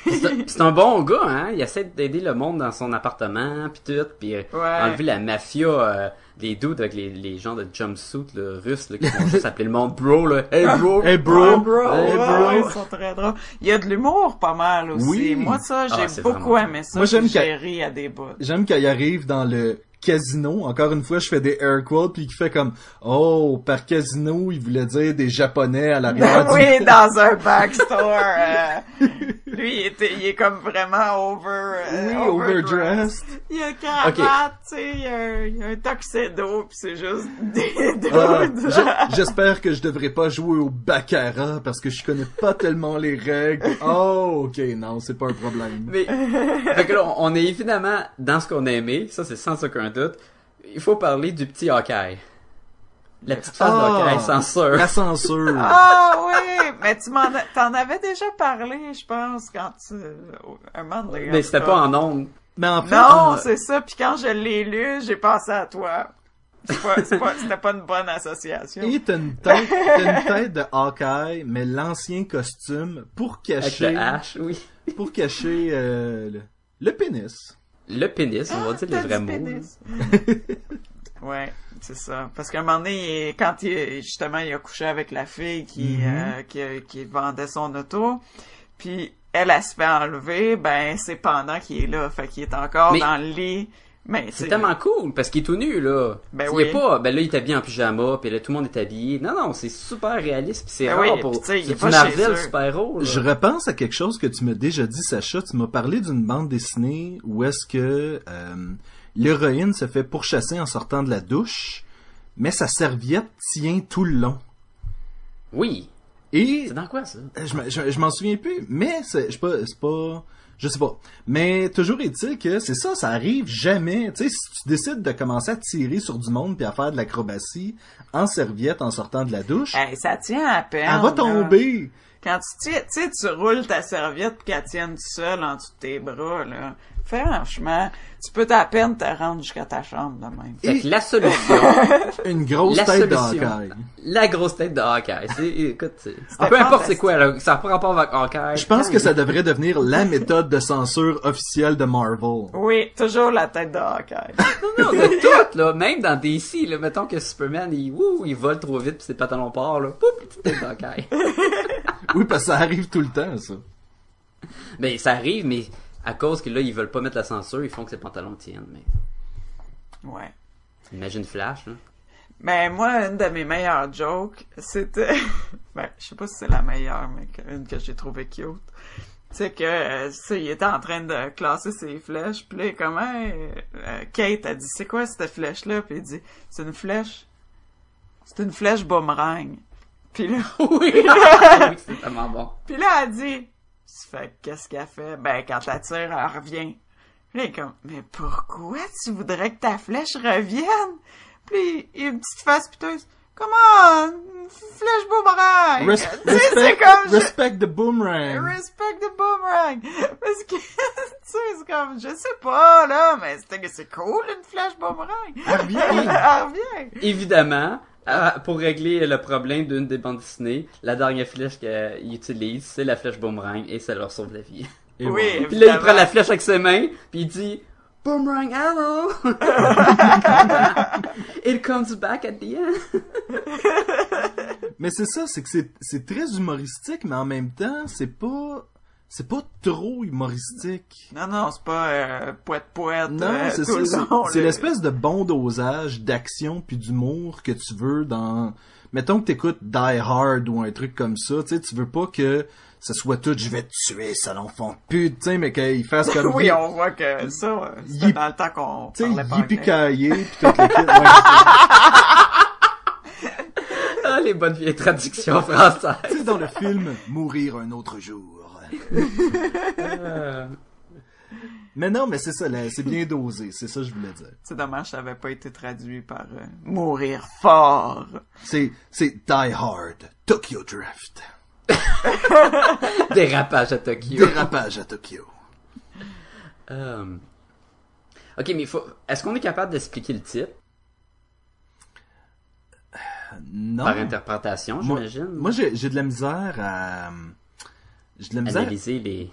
Speaker 1: C'est un- c'est un bon gars, hein. Il essaie d'aider le monde dans son appartement, puis tout, puis euh,
Speaker 5: Ouais.
Speaker 1: enlever la mafia, euh, les dudes avec les, les gens de jumpsuit là, russes là, qui vont juste appeler le monde bro, là. Hey bro!
Speaker 3: Hey,
Speaker 5: Ouais,
Speaker 3: bro!
Speaker 5: bro,
Speaker 1: Hey,
Speaker 5: ouais,
Speaker 1: bro.
Speaker 5: ouais, ils sont très drôles. Il y a de l'humour pas mal aussi.
Speaker 3: Oui.
Speaker 5: Moi, ça, j'ai
Speaker 1: Ah, c'est
Speaker 5: beaucoup
Speaker 1: vraiment-
Speaker 5: aimé ça.
Speaker 3: Moi, j'aime
Speaker 5: puis
Speaker 3: qu'à-
Speaker 5: J'ai ri à des bouts.
Speaker 3: J'aime quand il arrive dans le casino, encore une fois, je fais des air quotes, puis qu'il fait comme « Oh, par casino, il voulait dire des japonais à l'arrière du...
Speaker 5: Ah oui, dans un backstore. euh, lui, il, était, il est comme vraiment over... euh,
Speaker 3: Oui, overdressed.
Speaker 5: Il y a une cravate, tu sais, il y a un- il y a un tuxedo, pis c'est juste des
Speaker 3: Ah,
Speaker 5: doudes.
Speaker 3: je- J'espère que je devrais pas jouer au baccarat parce que je connais pas tellement les règles. Oh, ok, non, c'est pas un problème.
Speaker 1: Mais, fait que là, on- on est évidemment dans ce qu'on a aimé, ça c'est sans aucun doute. Il faut parler du petit Hawkeye. La petite face
Speaker 3: Ah.
Speaker 1: de Hawkeye, sans sûr.
Speaker 3: La censure.
Speaker 5: Ah oui, mais tu m'en a- t'en avais déjà parlé, je pense, quand tu... Un moment donné, en
Speaker 1: Mais
Speaker 5: tout
Speaker 1: c'était
Speaker 5: cas.
Speaker 1: pas en ondes.
Speaker 3: Mais en fait,
Speaker 5: Non,
Speaker 3: euh,
Speaker 5: c'est ça, puis quand je l'ai lu, j'ai pensé à toi. C'est pas- c'est pas- C'était pas, une bonne association.
Speaker 3: et t'as une tête, t'as une tête de Hawkeye, mais l'ancien costume pour
Speaker 1: Avec
Speaker 3: cacher,
Speaker 1: le H, oui.
Speaker 3: pour cacher euh, le, le pénis.
Speaker 1: Le pénis, on va dire les
Speaker 5: Ah, T'as
Speaker 1: vrais
Speaker 5: dit
Speaker 1: mots.
Speaker 5: pénis. ouais, c'est ça. Parce qu'à un moment donné, il- quand il, justement, il a couché avec la fille
Speaker 1: Mhm.
Speaker 5: qui, euh, qui, qui vendait son auto, puis elle, elle se fait enlever, ben, c'est pendant qu'il est là. Fait qu'il est encore
Speaker 1: Mais-
Speaker 5: dans le lit. Mais
Speaker 1: C'est tellement cool parce qu'il est tout nu là.
Speaker 5: Ben
Speaker 1: il
Speaker 5: oui.
Speaker 1: est pas ben là il est habillé en pyjama puis là tout le monde est habillé. Non non, c'est super réaliste puis c'est
Speaker 5: Ben
Speaker 1: rare
Speaker 5: oui, puis
Speaker 1: pour
Speaker 5: tu sais, il est
Speaker 1: c'est
Speaker 5: pas
Speaker 1: du Marvel
Speaker 5: chez eux.
Speaker 1: super-héros. là.
Speaker 3: Je repense à quelque chose que tu m'as déjà dit, Sacha. Tu m'as parlé d'une bande dessinée où est-ce que euh, l'héroïne se fait pourchasser en sortant de la douche, mais sa serviette tient tout le long.
Speaker 1: Oui.
Speaker 3: Et euh,
Speaker 1: C'est dans quoi ça
Speaker 3: je, me- je- je m'en souviens plus, mais c'est je sais pas, c'est pas, je sais pas. Mais toujours est-il que c'est ça, ça arrive jamais. Tu sais, si tu décides de commencer à tirer sur du monde puis à faire de l'acrobatie en serviette en sortant de la douche,
Speaker 1: Ah,
Speaker 5: Hey, ça tient à peine.
Speaker 3: elle va
Speaker 5: là.
Speaker 3: tomber.
Speaker 5: Quand tu, tiens- tu sais, tu roules ta serviette pis qu'elle tienne toute seule en dessous de tes bras, là. Franchement, tu peux à peine te rendre jusqu'à ta chambre de même.
Speaker 1: Fait que la solution,
Speaker 3: Une grosse
Speaker 1: La
Speaker 3: tête
Speaker 1: solution.
Speaker 3: d'encaille.
Speaker 1: la grosse tête de Hawkeye, c'est écoute, c'est- peu importe
Speaker 5: fantastique.
Speaker 1: c'est quoi là, ça prend rapport avec Hawkeye.
Speaker 3: Je pense que ça devrait devenir la méthode de censure officielle de Marvel.
Speaker 5: Oui, toujours la tête de Hawkeye.
Speaker 1: Non, de tout, là, même dans DC, là, mettons que Superman, il, ouh, il vole trop vite pis ses pantalons partent, là, pouf, petite tête d'Hawkeye.
Speaker 3: Oui, parce que ça arrive tout le temps, ça.
Speaker 1: mais ça arrive, mais à cause que là, ils veulent pas mettre la censure, ils font que ses pantalons tiennent, mais
Speaker 5: ouais.
Speaker 1: imagine Flash, là.
Speaker 5: Mais Ben, moi, une de mes meilleures jokes, c'était... ben, je sais pas si c'est la meilleure, mais que- une que j'ai trouvée cute. C'est que, euh, tu sais, il était en train de classer ses flèches, puis là, comment... euh, Kate a dit, c'est quoi cette flèche-là? Puis il dit, c'est une flèche... C'est une flèche boomerang. Puis là...
Speaker 1: Oui, oui c'est tellement bon.
Speaker 5: Puis là, elle dit, Ça fait que qu'est-ce qu'elle fait? Ben, quand la tire, elle revient. Puis là, il est comme, mais pourquoi tu voudrais que ta flèche revienne? Puis il y a une petite face piteuse, comment? Une flèche boomerang!
Speaker 3: Res-
Speaker 5: tu sais, c'est comme, je-
Speaker 3: respect the boomerang.
Speaker 5: respect the boomerang! Parce que, tu sais, c'est comme, je sais pas, là, mais c'était que c'est cool, une flèche boomerang! Elle
Speaker 3: revient.
Speaker 5: elle revient!
Speaker 1: Évidemment, à- pour régler le problème d'une des bandes dessinées, la dernière flèche qu'il utilise, c'est la flèche boomerang et ça leur sauve la vie.
Speaker 3: Et
Speaker 5: oui,
Speaker 3: voilà.
Speaker 1: Puis là, il
Speaker 5: évidemment.
Speaker 1: prend la flèche avec ses mains, puis il dit Boomerang arrow! It comes back at the end.
Speaker 3: Mais c'est ça, c'est que c'est, c'est très humoristique, mais en même temps, c'est pas... c'est pas trop humoristique.
Speaker 5: Non, non, c'est pas euh, poète-poète
Speaker 3: Non,
Speaker 5: euh,
Speaker 3: c'est
Speaker 5: tout
Speaker 3: ça.
Speaker 5: le
Speaker 3: c'est-
Speaker 5: long,
Speaker 3: C'est
Speaker 5: là.
Speaker 3: l'espèce de bon dosage d'action puis d'humour que tu veux dans. Mettons que t'écoutes Die Hard ou un truc comme ça, tu sais, tu veux pas que ça soit tout je vais te tuer, salon fond de pute, tu sais, mais qu'il fasse comme
Speaker 5: Oui, on voit que ça, euh, c'était
Speaker 3: Yip-
Speaker 5: dans le temps qu'on
Speaker 3: Tu sais,
Speaker 5: parlait pas anglais.
Speaker 3: yippee-ki-yay pis toute l'équipe. Ouais,
Speaker 1: Ah, les bonnes vieilles traductions françaises.
Speaker 3: tu sais, dans le film Mourir un autre jour.
Speaker 1: Euh,
Speaker 3: Mais non, mais c'est ça, là, c'est bien dosé, c'est ça que je voulais dire.
Speaker 5: C'est dommage, ça avait pas été traduit par euh, mourir fort.
Speaker 3: C'est, c'est Die Hard, Tokyo Drift,
Speaker 1: Dérapage à Tokyo.
Speaker 3: dérapage à Tokyo.
Speaker 1: Euh, Ok, mais faut... est-ce qu'on est capable d'expliquer le titre
Speaker 3: Non.
Speaker 1: par interprétation,
Speaker 3: Moi,
Speaker 1: j'imagine?
Speaker 3: moi, j'ai, j'ai de la misère à... J'ai de la misère...
Speaker 1: analyser les.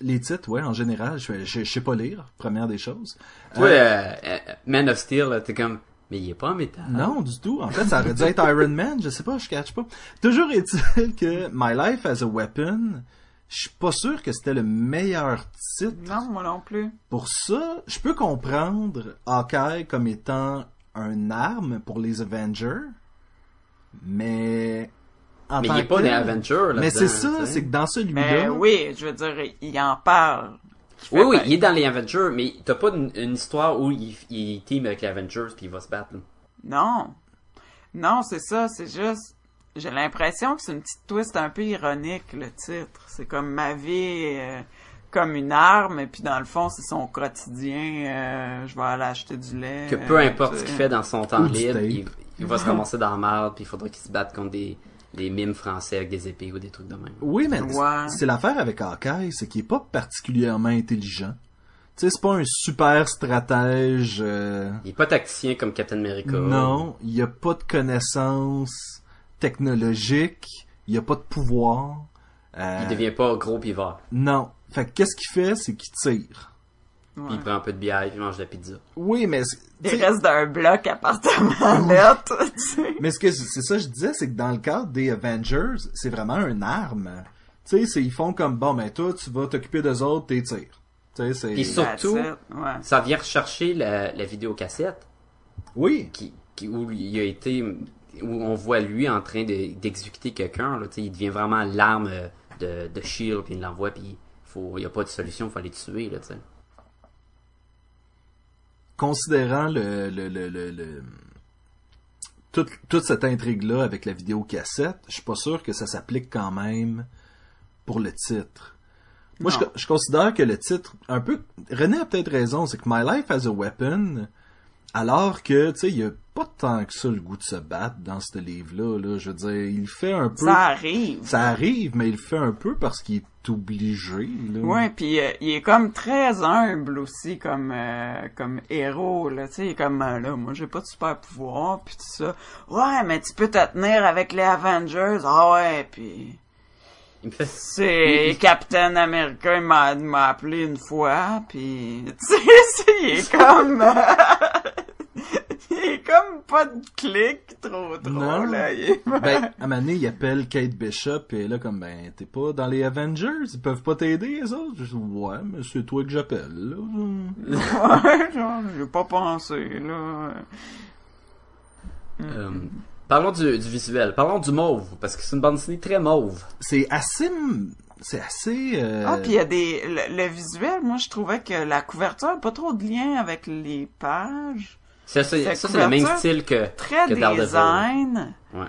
Speaker 3: Les titres, ouais, en général, je, je, je sais pas lire, première des choses.
Speaker 1: Toi,
Speaker 3: Euh,
Speaker 1: euh, euh, Man of Steel, là, t'es comme, mais il est pas en métal.
Speaker 3: Non, du tout. En fait, ça aurait dû être Iron Man, je sais pas, je catch pas. Toujours est-il que My Life as a Weapon, je suis pas sûr que c'était le meilleur titre
Speaker 5: Non, moi non plus.
Speaker 3: pour ça. Je peux comprendre Hawkeye comme étant un arme pour les Avengers, mais Ah, en
Speaker 1: mais
Speaker 3: tant
Speaker 1: il est
Speaker 3: que
Speaker 1: pas
Speaker 3: tel-
Speaker 1: dans Avenger, là.
Speaker 3: Mais c'est
Speaker 1: tu
Speaker 3: ça,
Speaker 1: sais.
Speaker 3: c'est que dans
Speaker 5: Mais
Speaker 3: celui-là,
Speaker 5: oui, je veux dire, il en parle.
Speaker 1: Oui, oui, il est dans les Avengers, mais t'as pas une, une histoire où il, il team avec les Avengers puis il va se battre. là.
Speaker 5: Non. Non, c'est ça, c'est juste... J'ai l'impression que c'est une petite twist un peu ironique, le titre. C'est comme ma vie euh, comme une arme, et puis dans le fond, c'est son quotidien. euh, je vais aller acheter du lait.
Speaker 1: Que peu
Speaker 5: euh,
Speaker 1: importe
Speaker 5: tu
Speaker 1: ce qu'il
Speaker 5: sais.
Speaker 1: fait dans son temps
Speaker 3: Ou du
Speaker 1: libre,
Speaker 3: tape.
Speaker 1: il, il va se ramasser dans la merde puis il faudra qu'il se batte contre des, des mimes français avec des épées ou des trucs de même.
Speaker 3: oui, mais
Speaker 5: Ouais.
Speaker 3: c'est l'affaire avec Hawkeye, c'est qu'il est pas particulièrement intelligent. Tu sais, c'est pas un super stratège. euh,
Speaker 1: Il est pas tacticien comme Captain America.
Speaker 3: Non, il n'y a pas de connaissances technologiques, il n'y a pas de pouvoir. euh,
Speaker 1: Il devient pas gros puis vert.
Speaker 3: Non. Fait que qu'est-ce qu'il fait, c'est qu'il tire.
Speaker 1: Puis il prend un peu de bière, puis il mange de la pizza.
Speaker 3: Oui, mais c'est- tu
Speaker 5: Il
Speaker 3: sais,
Speaker 5: reste d'un bloc appartement lettre, tu sais.
Speaker 3: mais ce que je- c'est ça que je disais, c'est que dans le cadre des Avengers, c'est vraiment une arme. Tu sais, c'est- ils font comme bon, ben toi, tu vas t'occuper des autres, t'es tires. Tu sais, c'est.
Speaker 1: Puis surtout,
Speaker 5: That's it, ouais.
Speaker 1: ça vient rechercher la, la vidéocassette
Speaker 3: Oui.
Speaker 1: qui, qui, où il a été, où on voit lui en train de- d'exécuter quelqu'un. Là, tu sais, il devient vraiment l'arme euh, de, de Shield, puis il l'envoie, puis faut, il n'y a pas de solution, il faut aller tuer. Là, tu sais.
Speaker 3: Considérant le le le le, le- Toute, toute cette intrigue-là avec la vidéo cassette, je suis pas sûr que ça s'applique quand même pour le titre. Moi, je,
Speaker 5: Non.
Speaker 3: je considère que le titre, un peu, René a peut-être raison, c'est que My Life as a Weapon, alors que, tu sais, il y a pas tant que ça le goût de se battre dans ce livre-là, là. Je veux dire, il fait un peu...
Speaker 5: Ça arrive.
Speaker 3: Ça arrive, mais il le fait un peu parce qu'il est obligé, là.
Speaker 5: Ouais, puis euh, il est comme très humble aussi comme euh, comme héros là, tu sais, il est comme euh, là, moi j'ai pas de super pouvoir puis tout ça. Ouais, mais tu peux te tenir avec les Avengers. Ah ouais, puis
Speaker 1: Il me fait...
Speaker 5: c'est Captain America il m'a il m'a appelé une fois puis tu sais, c'est- il est comme euh, il est comme pas de clic trop trop
Speaker 3: Non.
Speaker 5: là. Il est...
Speaker 3: Ben, à un moment donné, il appelle Kate Bishop, et là, comme, ben, t'es pas dans les Avengers, ils peuvent pas t'aider, les autres. Je dis, ouais, mais c'est toi que j'appelle, là.
Speaker 5: Ouais, genre, j'ai pas pensé là.
Speaker 1: Euh, parlons du, du visuel, parlons du mauve, parce que c'est une bande dessinée très mauve.
Speaker 3: C'est assez... m- C'est assez... euh,
Speaker 5: Ah, puis il y a des. Le, le visuel, moi, je trouvais que la couverture a pas trop de lien avec les pages.
Speaker 1: Ça, c'est-
Speaker 5: Cette
Speaker 1: ça, c'est le même
Speaker 5: couverture,
Speaker 1: style que,
Speaker 5: Très
Speaker 1: que Daredevil.
Speaker 5: design.
Speaker 1: Ouais.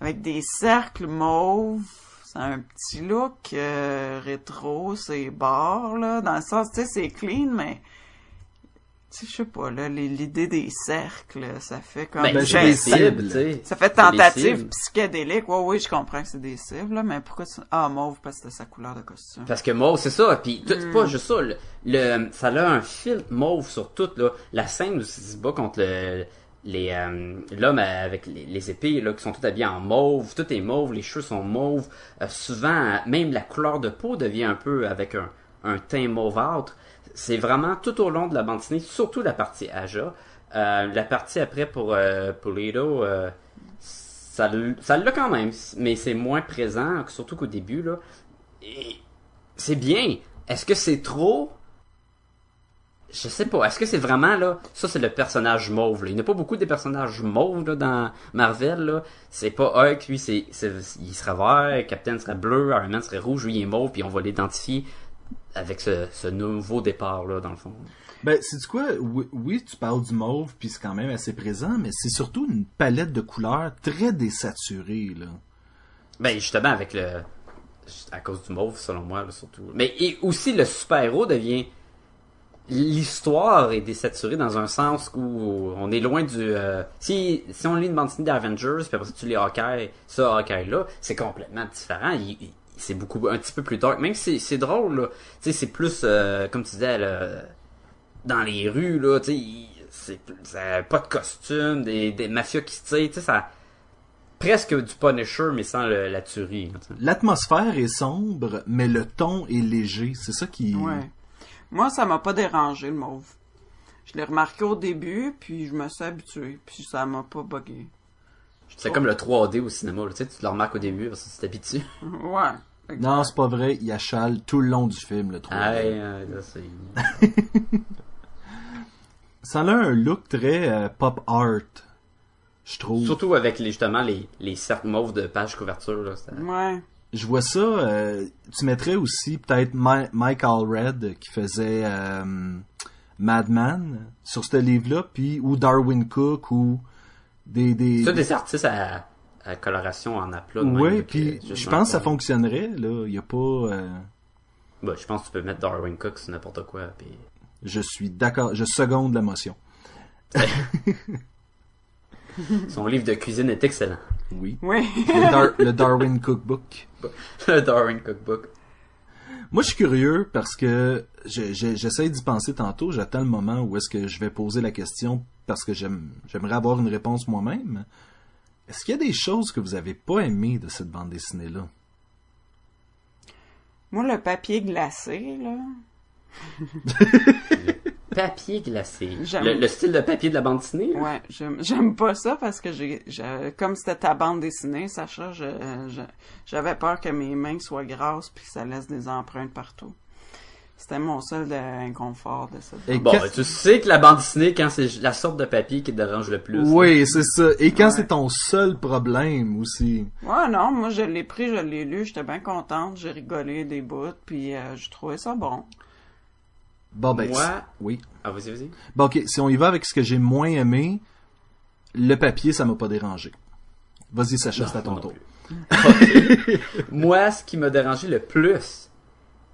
Speaker 5: Avec des cercles mauves. C'est un petit look euh, rétro, c'est barre, là. Dans le sens, tu sais, c'est clean, mais. Tu sais, je sais pas, là. les- L'idée des cercles, ça fait comme.
Speaker 1: Ben,
Speaker 3: Ben,
Speaker 1: c'est
Speaker 3: c'est
Speaker 1: des
Speaker 3: des cibles.
Speaker 1: cibles, tu sais.
Speaker 5: Ça fait
Speaker 1: C'est des
Speaker 5: tentative
Speaker 1: cibles.
Speaker 5: psychédélique. Ouais, oui, je comprends que c'est des cibles, là, mais pourquoi tu... Ah, mauve, parce que c'était sa couleur de costume.
Speaker 1: Parce que mauve, c'est ça. Puis tout, pas juste ça. Le, le- ça a un fil mauve sur tout. Là. La scène où il se bat contre le, les euh, l'homme avec les, les épées là, qui sont tout habillés en mauve. Tout est mauve. Les cheveux sont mauves. Euh, souvent, euh, même la couleur de peau devient un peu avec un, un teint mauvâtre. C'est vraiment tout au long de la bande dessinée, surtout la partie Aja. Euh, la partie après pour euh, Pulido, euh, ça l- ça l'a quand même, mais c'est moins présent, surtout qu'au début. là. Et c'est bien. Est-ce que c'est trop? Je sais pas. Est-ce que c'est vraiment, là, ça c'est le personnage mauve, là. Il n'y a pas beaucoup de personnages mauves, là, dans Marvel, là. C'est pas Hulk, lui, c'est, c'est- il serait vert, Captain serait bleu, Iron Man serait rouge, lui, il est mauve, puis on va l'identifier avec ce, ce nouveau départ, là, dans le fond.
Speaker 3: Ben, c'est du quoi? Oui, oui, tu parles du mauve, puis c'est quand même assez présent, mais c'est surtout une palette de couleurs très désaturée, là.
Speaker 1: Ben, justement, avec le. À cause du mauve, selon moi, là, surtout. Mais et aussi, le super-héros devient. L'histoire est désaturée dans un sens où on est loin du. euh, Si, si on lit une bande dessinée d'Avengers, puis après ça, tu lis Hawkeye, ça, Hawkeye-là, c'est complètement différent. Il- il- c'est beaucoup un petit peu plus dark. Même si c'est- c'est drôle, là. Tu sais, c'est plus, euh, comme tu disais, le- dans les rues, là. Tu sais, il- c'est ça- pas de costume, des, des mafias qui se tirent, tu sais, ça presque du Punisher, mais sans le- la tuerie. là, tu sais.
Speaker 3: L'atmosphère est sombre, mais le ton est léger. C'est ça qui...
Speaker 5: Ouais. Moi, ça m'a pas dérangé, le mauve. Je l'ai remarqué au début, puis je me suis habituée, puis ça m'a pas bugué.
Speaker 1: C'est comme le 3D au cinéma, là, tu sais, tu le remarques au début parce que tu t'habitues.
Speaker 5: Ouais. Fait que-
Speaker 3: Non, c'est pas vrai, il achale tout le long du film, le 3
Speaker 1: Aïe, aïe, Ah euh, là, c'est...
Speaker 3: Ça a un look très euh, pop art, je trouve.
Speaker 1: Surtout avec les, justement les, les cercles mauves de page couverture. Là, ça-
Speaker 5: Ouais.
Speaker 3: Je vois ça, euh, tu mettrais aussi peut-être Mi- Mike Allred qui faisait euh, Madman sur ce livre-là, puis ou Darwin Cook ou des... des...
Speaker 1: Ça, des artistes à, à coloration en aplat. de même,
Speaker 3: Ouais,
Speaker 1: là,
Speaker 3: puis
Speaker 1: que- juste
Speaker 3: je
Speaker 1: un
Speaker 3: pense que ça
Speaker 1: peu.
Speaker 3: fonctionnerait, là. Il y a pas... euh,
Speaker 1: Bah, je pense que tu peux mettre Darwin Cook sur n'importe quoi. Puis...
Speaker 3: Je suis d'accord, je seconde la motion.
Speaker 1: Son livre de cuisine est excellent.
Speaker 3: Oui.
Speaker 5: Oui.
Speaker 3: Le, Dar- le Darwin Cookbook.
Speaker 1: le Darwin Cookbook.
Speaker 3: Moi, je suis curieux parce que je- je- j'essaie d'y penser tantôt. J'attends le moment où est-ce que je vais poser la question parce que j'aime- j'aimerais avoir une réponse moi-même. Est-ce qu'il y a des choses que vous avez pas aimées de cette bande dessinée-là?
Speaker 5: Moi, le papier glacé, là.
Speaker 1: Papier glacé.
Speaker 5: J'aime.
Speaker 1: Le, le style de papier de la bande dessinée. là.
Speaker 5: Ouais, j'aime j'aime pas ça parce que j'ai, je- comme c'était ta bande dessinée, Sacha, je- euh, je- j'avais peur que mes mains soient grasses puis que ça laisse des empreintes partout. C'était mon seul euh, inconfort de ça.
Speaker 3: Et
Speaker 1: Bon,
Speaker 3: quand-
Speaker 1: ben, tu sais que la bande dessinée, quand c'est la sorte de papier qui te dérange le plus.
Speaker 3: Oui, c'est ça. Et quand
Speaker 5: Ouais.
Speaker 3: c'est ton seul problème aussi.
Speaker 5: Ouais, non, moi je l'ai pris, je l'ai lu, j'étais bien contente, j'ai rigolé des bouts puis euh, je trouvais ça bon.
Speaker 3: Bon, ben,
Speaker 1: Moi-
Speaker 3: c'est- oui.
Speaker 1: Ah, vas-y, vas-y.
Speaker 3: Bon, ok, si on y va avec ce que j'ai moins aimé, le papier, ça m'a pas dérangé. Vas-y, Sacha, c'est à ton
Speaker 1: Non
Speaker 3: tour.
Speaker 1: plus. Moi, ce qui m'a dérangé le plus,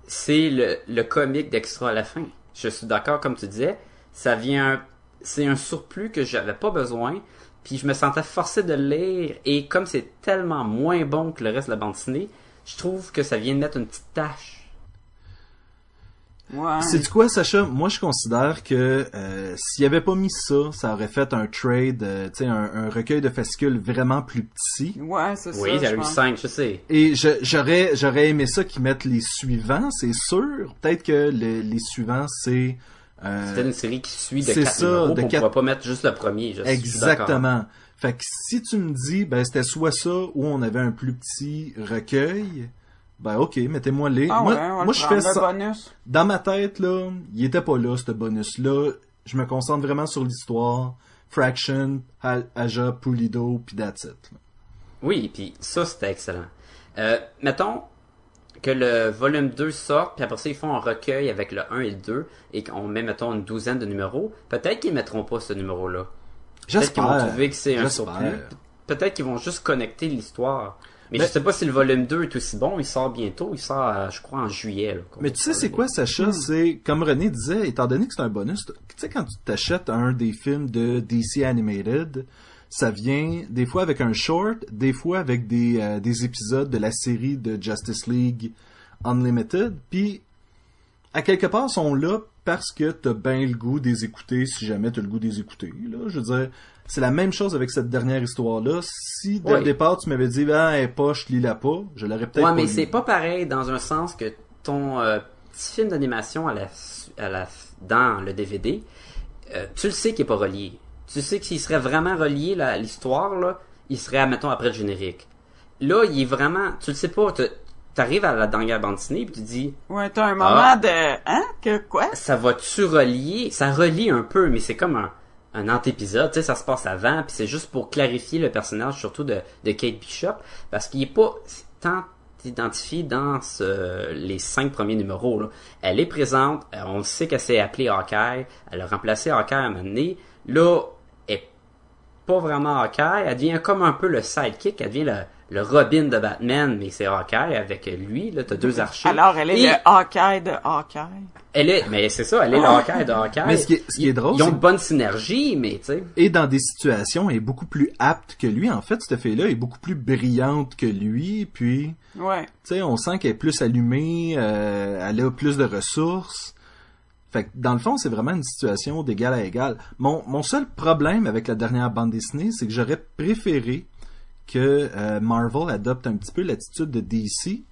Speaker 1: c'est le, le comique d'extra à la fin. Je suis d'accord, comme tu disais, ça vient, c'est un surplus que j'avais pas besoin, puis je me sentais forcé de le lire, et comme c'est tellement moins bon que le reste de la bande dessinée, je trouve que ça vient de mettre une petite tache.
Speaker 5: Ouais.
Speaker 3: C'est du quoi, Sacha? Moi, je considère que euh, s'il avait pas mis ça, ça aurait fait un trade, euh, tu sais, un, un recueil de fascicules vraiment plus petit.
Speaker 5: Ouais, c'est
Speaker 1: Oui,
Speaker 5: ça.
Speaker 1: j'ai
Speaker 5: je
Speaker 1: eu
Speaker 5: pense.
Speaker 1: 5, je sais.
Speaker 3: Et je- j'aurais j'aurais aimé ça qu'ils mettent les suivants, c'est sûr. Peut-être que le- les suivants, c'est... euh,
Speaker 1: C'était une série qui suit de
Speaker 3: c'est
Speaker 1: 4
Speaker 3: ça,
Speaker 1: numéros,
Speaker 3: de
Speaker 1: puis on
Speaker 3: quatre-
Speaker 1: pourrait pas mettre juste le premier. Je suis- je suis d'accord.
Speaker 3: exactement. Fait que si tu me dis, ben c'était soit ça ou on avait un plus petit recueil, ben ok, mettez-moi les.
Speaker 5: Ah
Speaker 3: moi,
Speaker 5: ouais, on va
Speaker 3: moi,
Speaker 5: le
Speaker 3: je
Speaker 5: prendre,
Speaker 3: fais
Speaker 5: le
Speaker 3: ça.
Speaker 5: bonus.
Speaker 3: dans ma tête, là, il était pas là, ce bonus-là. Je me concentre vraiment sur l'histoire. Fraction, Al- Aja, Pulido, puis that's it.
Speaker 1: Oui, puis ça, c'était excellent. Euh, mettons que le volume 2 sorte, puis après ça, ils font un recueil avec le 1 et le 2, et qu'on met, mettons, une douzaine de numéros. Peut-être qu'ils mettront pas ce numéro-là. Peut-être qu'ils vont
Speaker 3: J'espère.
Speaker 1: trouver que c'est un
Speaker 3: J'espère.
Speaker 1: surplus. Pe- Peut-être qu'ils vont juste connecter l'histoire. Mais
Speaker 3: Mais-
Speaker 1: je sais pas si le volume 2 est aussi bon. Il sort bientôt. Il sort, euh, je crois, en juillet. là, qu'on
Speaker 3: Mais
Speaker 1: va
Speaker 3: tu sais, c'est
Speaker 1: parler.
Speaker 3: quoi, Sacha? C'est, comme René disait, étant donné que c'est un bonus, tu sais, quand tu t'achètes un des films de DC Animated, ça vient des fois avec un short, des fois avec des, euh, des épisodes de la série de Justice League Unlimited, puis à quelque part, sont là parce que t'as bien le goût des écouter, si jamais t'as le goût des écouter. Là, je veux dire, c'est la même chose avec cette dernière histoire-là. Si dès le
Speaker 1: Oui.
Speaker 3: départ tu m'avais dit, ben, hey, poche, lis-la pas, je l'aurais peut-être.
Speaker 1: Ouais,
Speaker 3: pas
Speaker 1: mais
Speaker 3: lu.
Speaker 1: c'est pas pareil dans un sens que ton euh, petit film d'animation à la, su- à la, f- dans le DVD, euh, tu le sais qu'il est pas relié. Tu sais que s'il serait vraiment relié là, à l'histoire, là, il serait, admettons, après le générique. Là, il est vraiment... Tu le sais pas. t'as- t'arrives à la dernière bande dessinée, puis tu dis,
Speaker 5: Ouais, t'as un moment
Speaker 1: Ah.
Speaker 5: de. Hein? Que quoi?
Speaker 1: ça va-tu relier? Ça relie un peu, mais c'est comme un, un antépisode, tu sais, ça se passe avant, puis c'est juste pour clarifier le personnage, surtout de, de Kate Bishop, parce qu'il est pas tant identifié dans ce- les cinq premiers numéros. Là. Elle est présente, euh, on sait qu'elle s'est appelée Hawkeye, elle a remplacé Hawkeye à un moment donné. Là, elle est pas vraiment Hawkeye, elle devient comme un peu le sidekick, elle devient le, le Robin de Batman, mais c'est Hawkeye avec lui, là, t'as deux archers.
Speaker 5: Alors, elle est
Speaker 1: Et-
Speaker 5: le Hawkeye de Hawkeye.
Speaker 1: elle est, mais c'est ça, elle est le Hawkeye de Hawkeye.
Speaker 3: Mais ce qui est- ce qui est
Speaker 1: Ils-
Speaker 3: drôle,
Speaker 1: Ils ont
Speaker 3: c'est-
Speaker 1: une bonne synergie, mais tu sais.
Speaker 3: et dans des situations elle est beaucoup plus apte que lui. En fait, cette fille-là est beaucoup plus brillante que lui, puis
Speaker 5: Ouais.
Speaker 3: tu sais, on sent qu'elle est plus allumée, euh, elle a plus de ressources. Fait que dans le fond, c'est vraiment une situation d'égal à égal. Mon, mon seul problème avec la dernière bande dessinée, c'est que j'aurais préféré que euh, Marvel adopte un petit peu l'attitude de DC,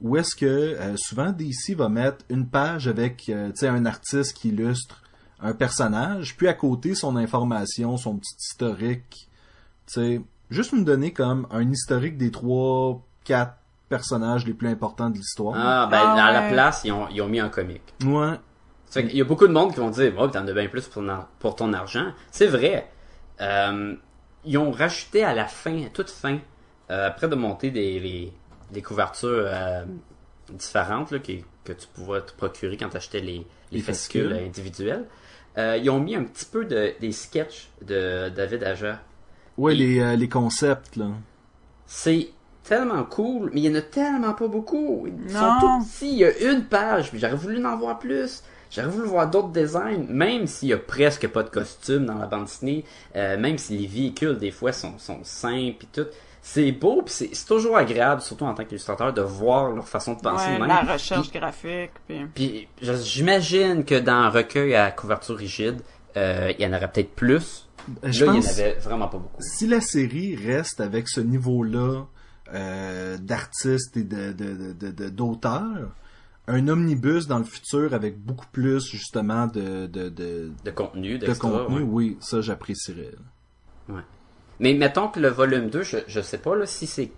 Speaker 3: où est-ce que euh, souvent DC va mettre une page avec euh, tu sais, un artiste qui illustre un personnage, puis à côté son information, son petit historique, tu sais, juste me donner comme un historique des trois, quatre personnages les plus importants de l'histoire.
Speaker 1: Ah, ben,
Speaker 5: Ah,
Speaker 1: à la
Speaker 5: ouais.
Speaker 1: place, ils ont, ils ont mis un comique.
Speaker 3: Ouais. Mm.
Speaker 1: Il y a beaucoup de monde qui vont dire, oh, t'en as bien plus pour, ton ar- pour ton argent. C'est vrai. Euh, ils ont rajouté à la fin, à toute fin, euh, après de monter des, des, des couvertures euh, différentes là, qui- que tu pouvais te procurer quand tu achetais les, les,
Speaker 3: Les
Speaker 1: fascicules
Speaker 3: fascicules.
Speaker 1: individuels. Euh, ils ont mis un petit peu de, des sketchs de David Aja.
Speaker 3: Ouais,
Speaker 1: Et-
Speaker 3: les, euh, les concepts, là.
Speaker 1: C'est tellement cool, mais il y en a tellement pas beaucoup. Ils
Speaker 5: Non.
Speaker 1: sont tout petits. Il y a une page, puis j'aurais voulu en voir plus. J'aurais voulu voir d'autres designs, même s'il y a presque pas de costume dans la bande dessinée, euh, même si les véhicules des fois sont, sont simples et tout. C'est beau, puis c'est c'est toujours agréable, surtout en tant qu'illustrateur, de voir leur façon de penser.
Speaker 5: ouais,
Speaker 1: de même.
Speaker 5: la recherche graphique, puis...
Speaker 1: Puis je- j'imagine que dans un recueil à couverture rigide, euh, il y en aurait peut-être plus.
Speaker 3: Euh,
Speaker 1: Là,
Speaker 3: Je
Speaker 1: il y en
Speaker 3: pense,
Speaker 1: avait vraiment pas beaucoup.
Speaker 3: si la série reste avec ce niveau-là euh, d'artistes et de, de, de, de- de- d'auteurs, un omnibus dans le futur avec beaucoup plus, justement, de, de, de,
Speaker 1: De contenu,
Speaker 3: de
Speaker 1: d'extra,
Speaker 3: contenu,
Speaker 1: ouais.
Speaker 3: oui, ça, j'apprécierais.
Speaker 1: Mais mettons que le volume 2, je, je sais pas là, si c'est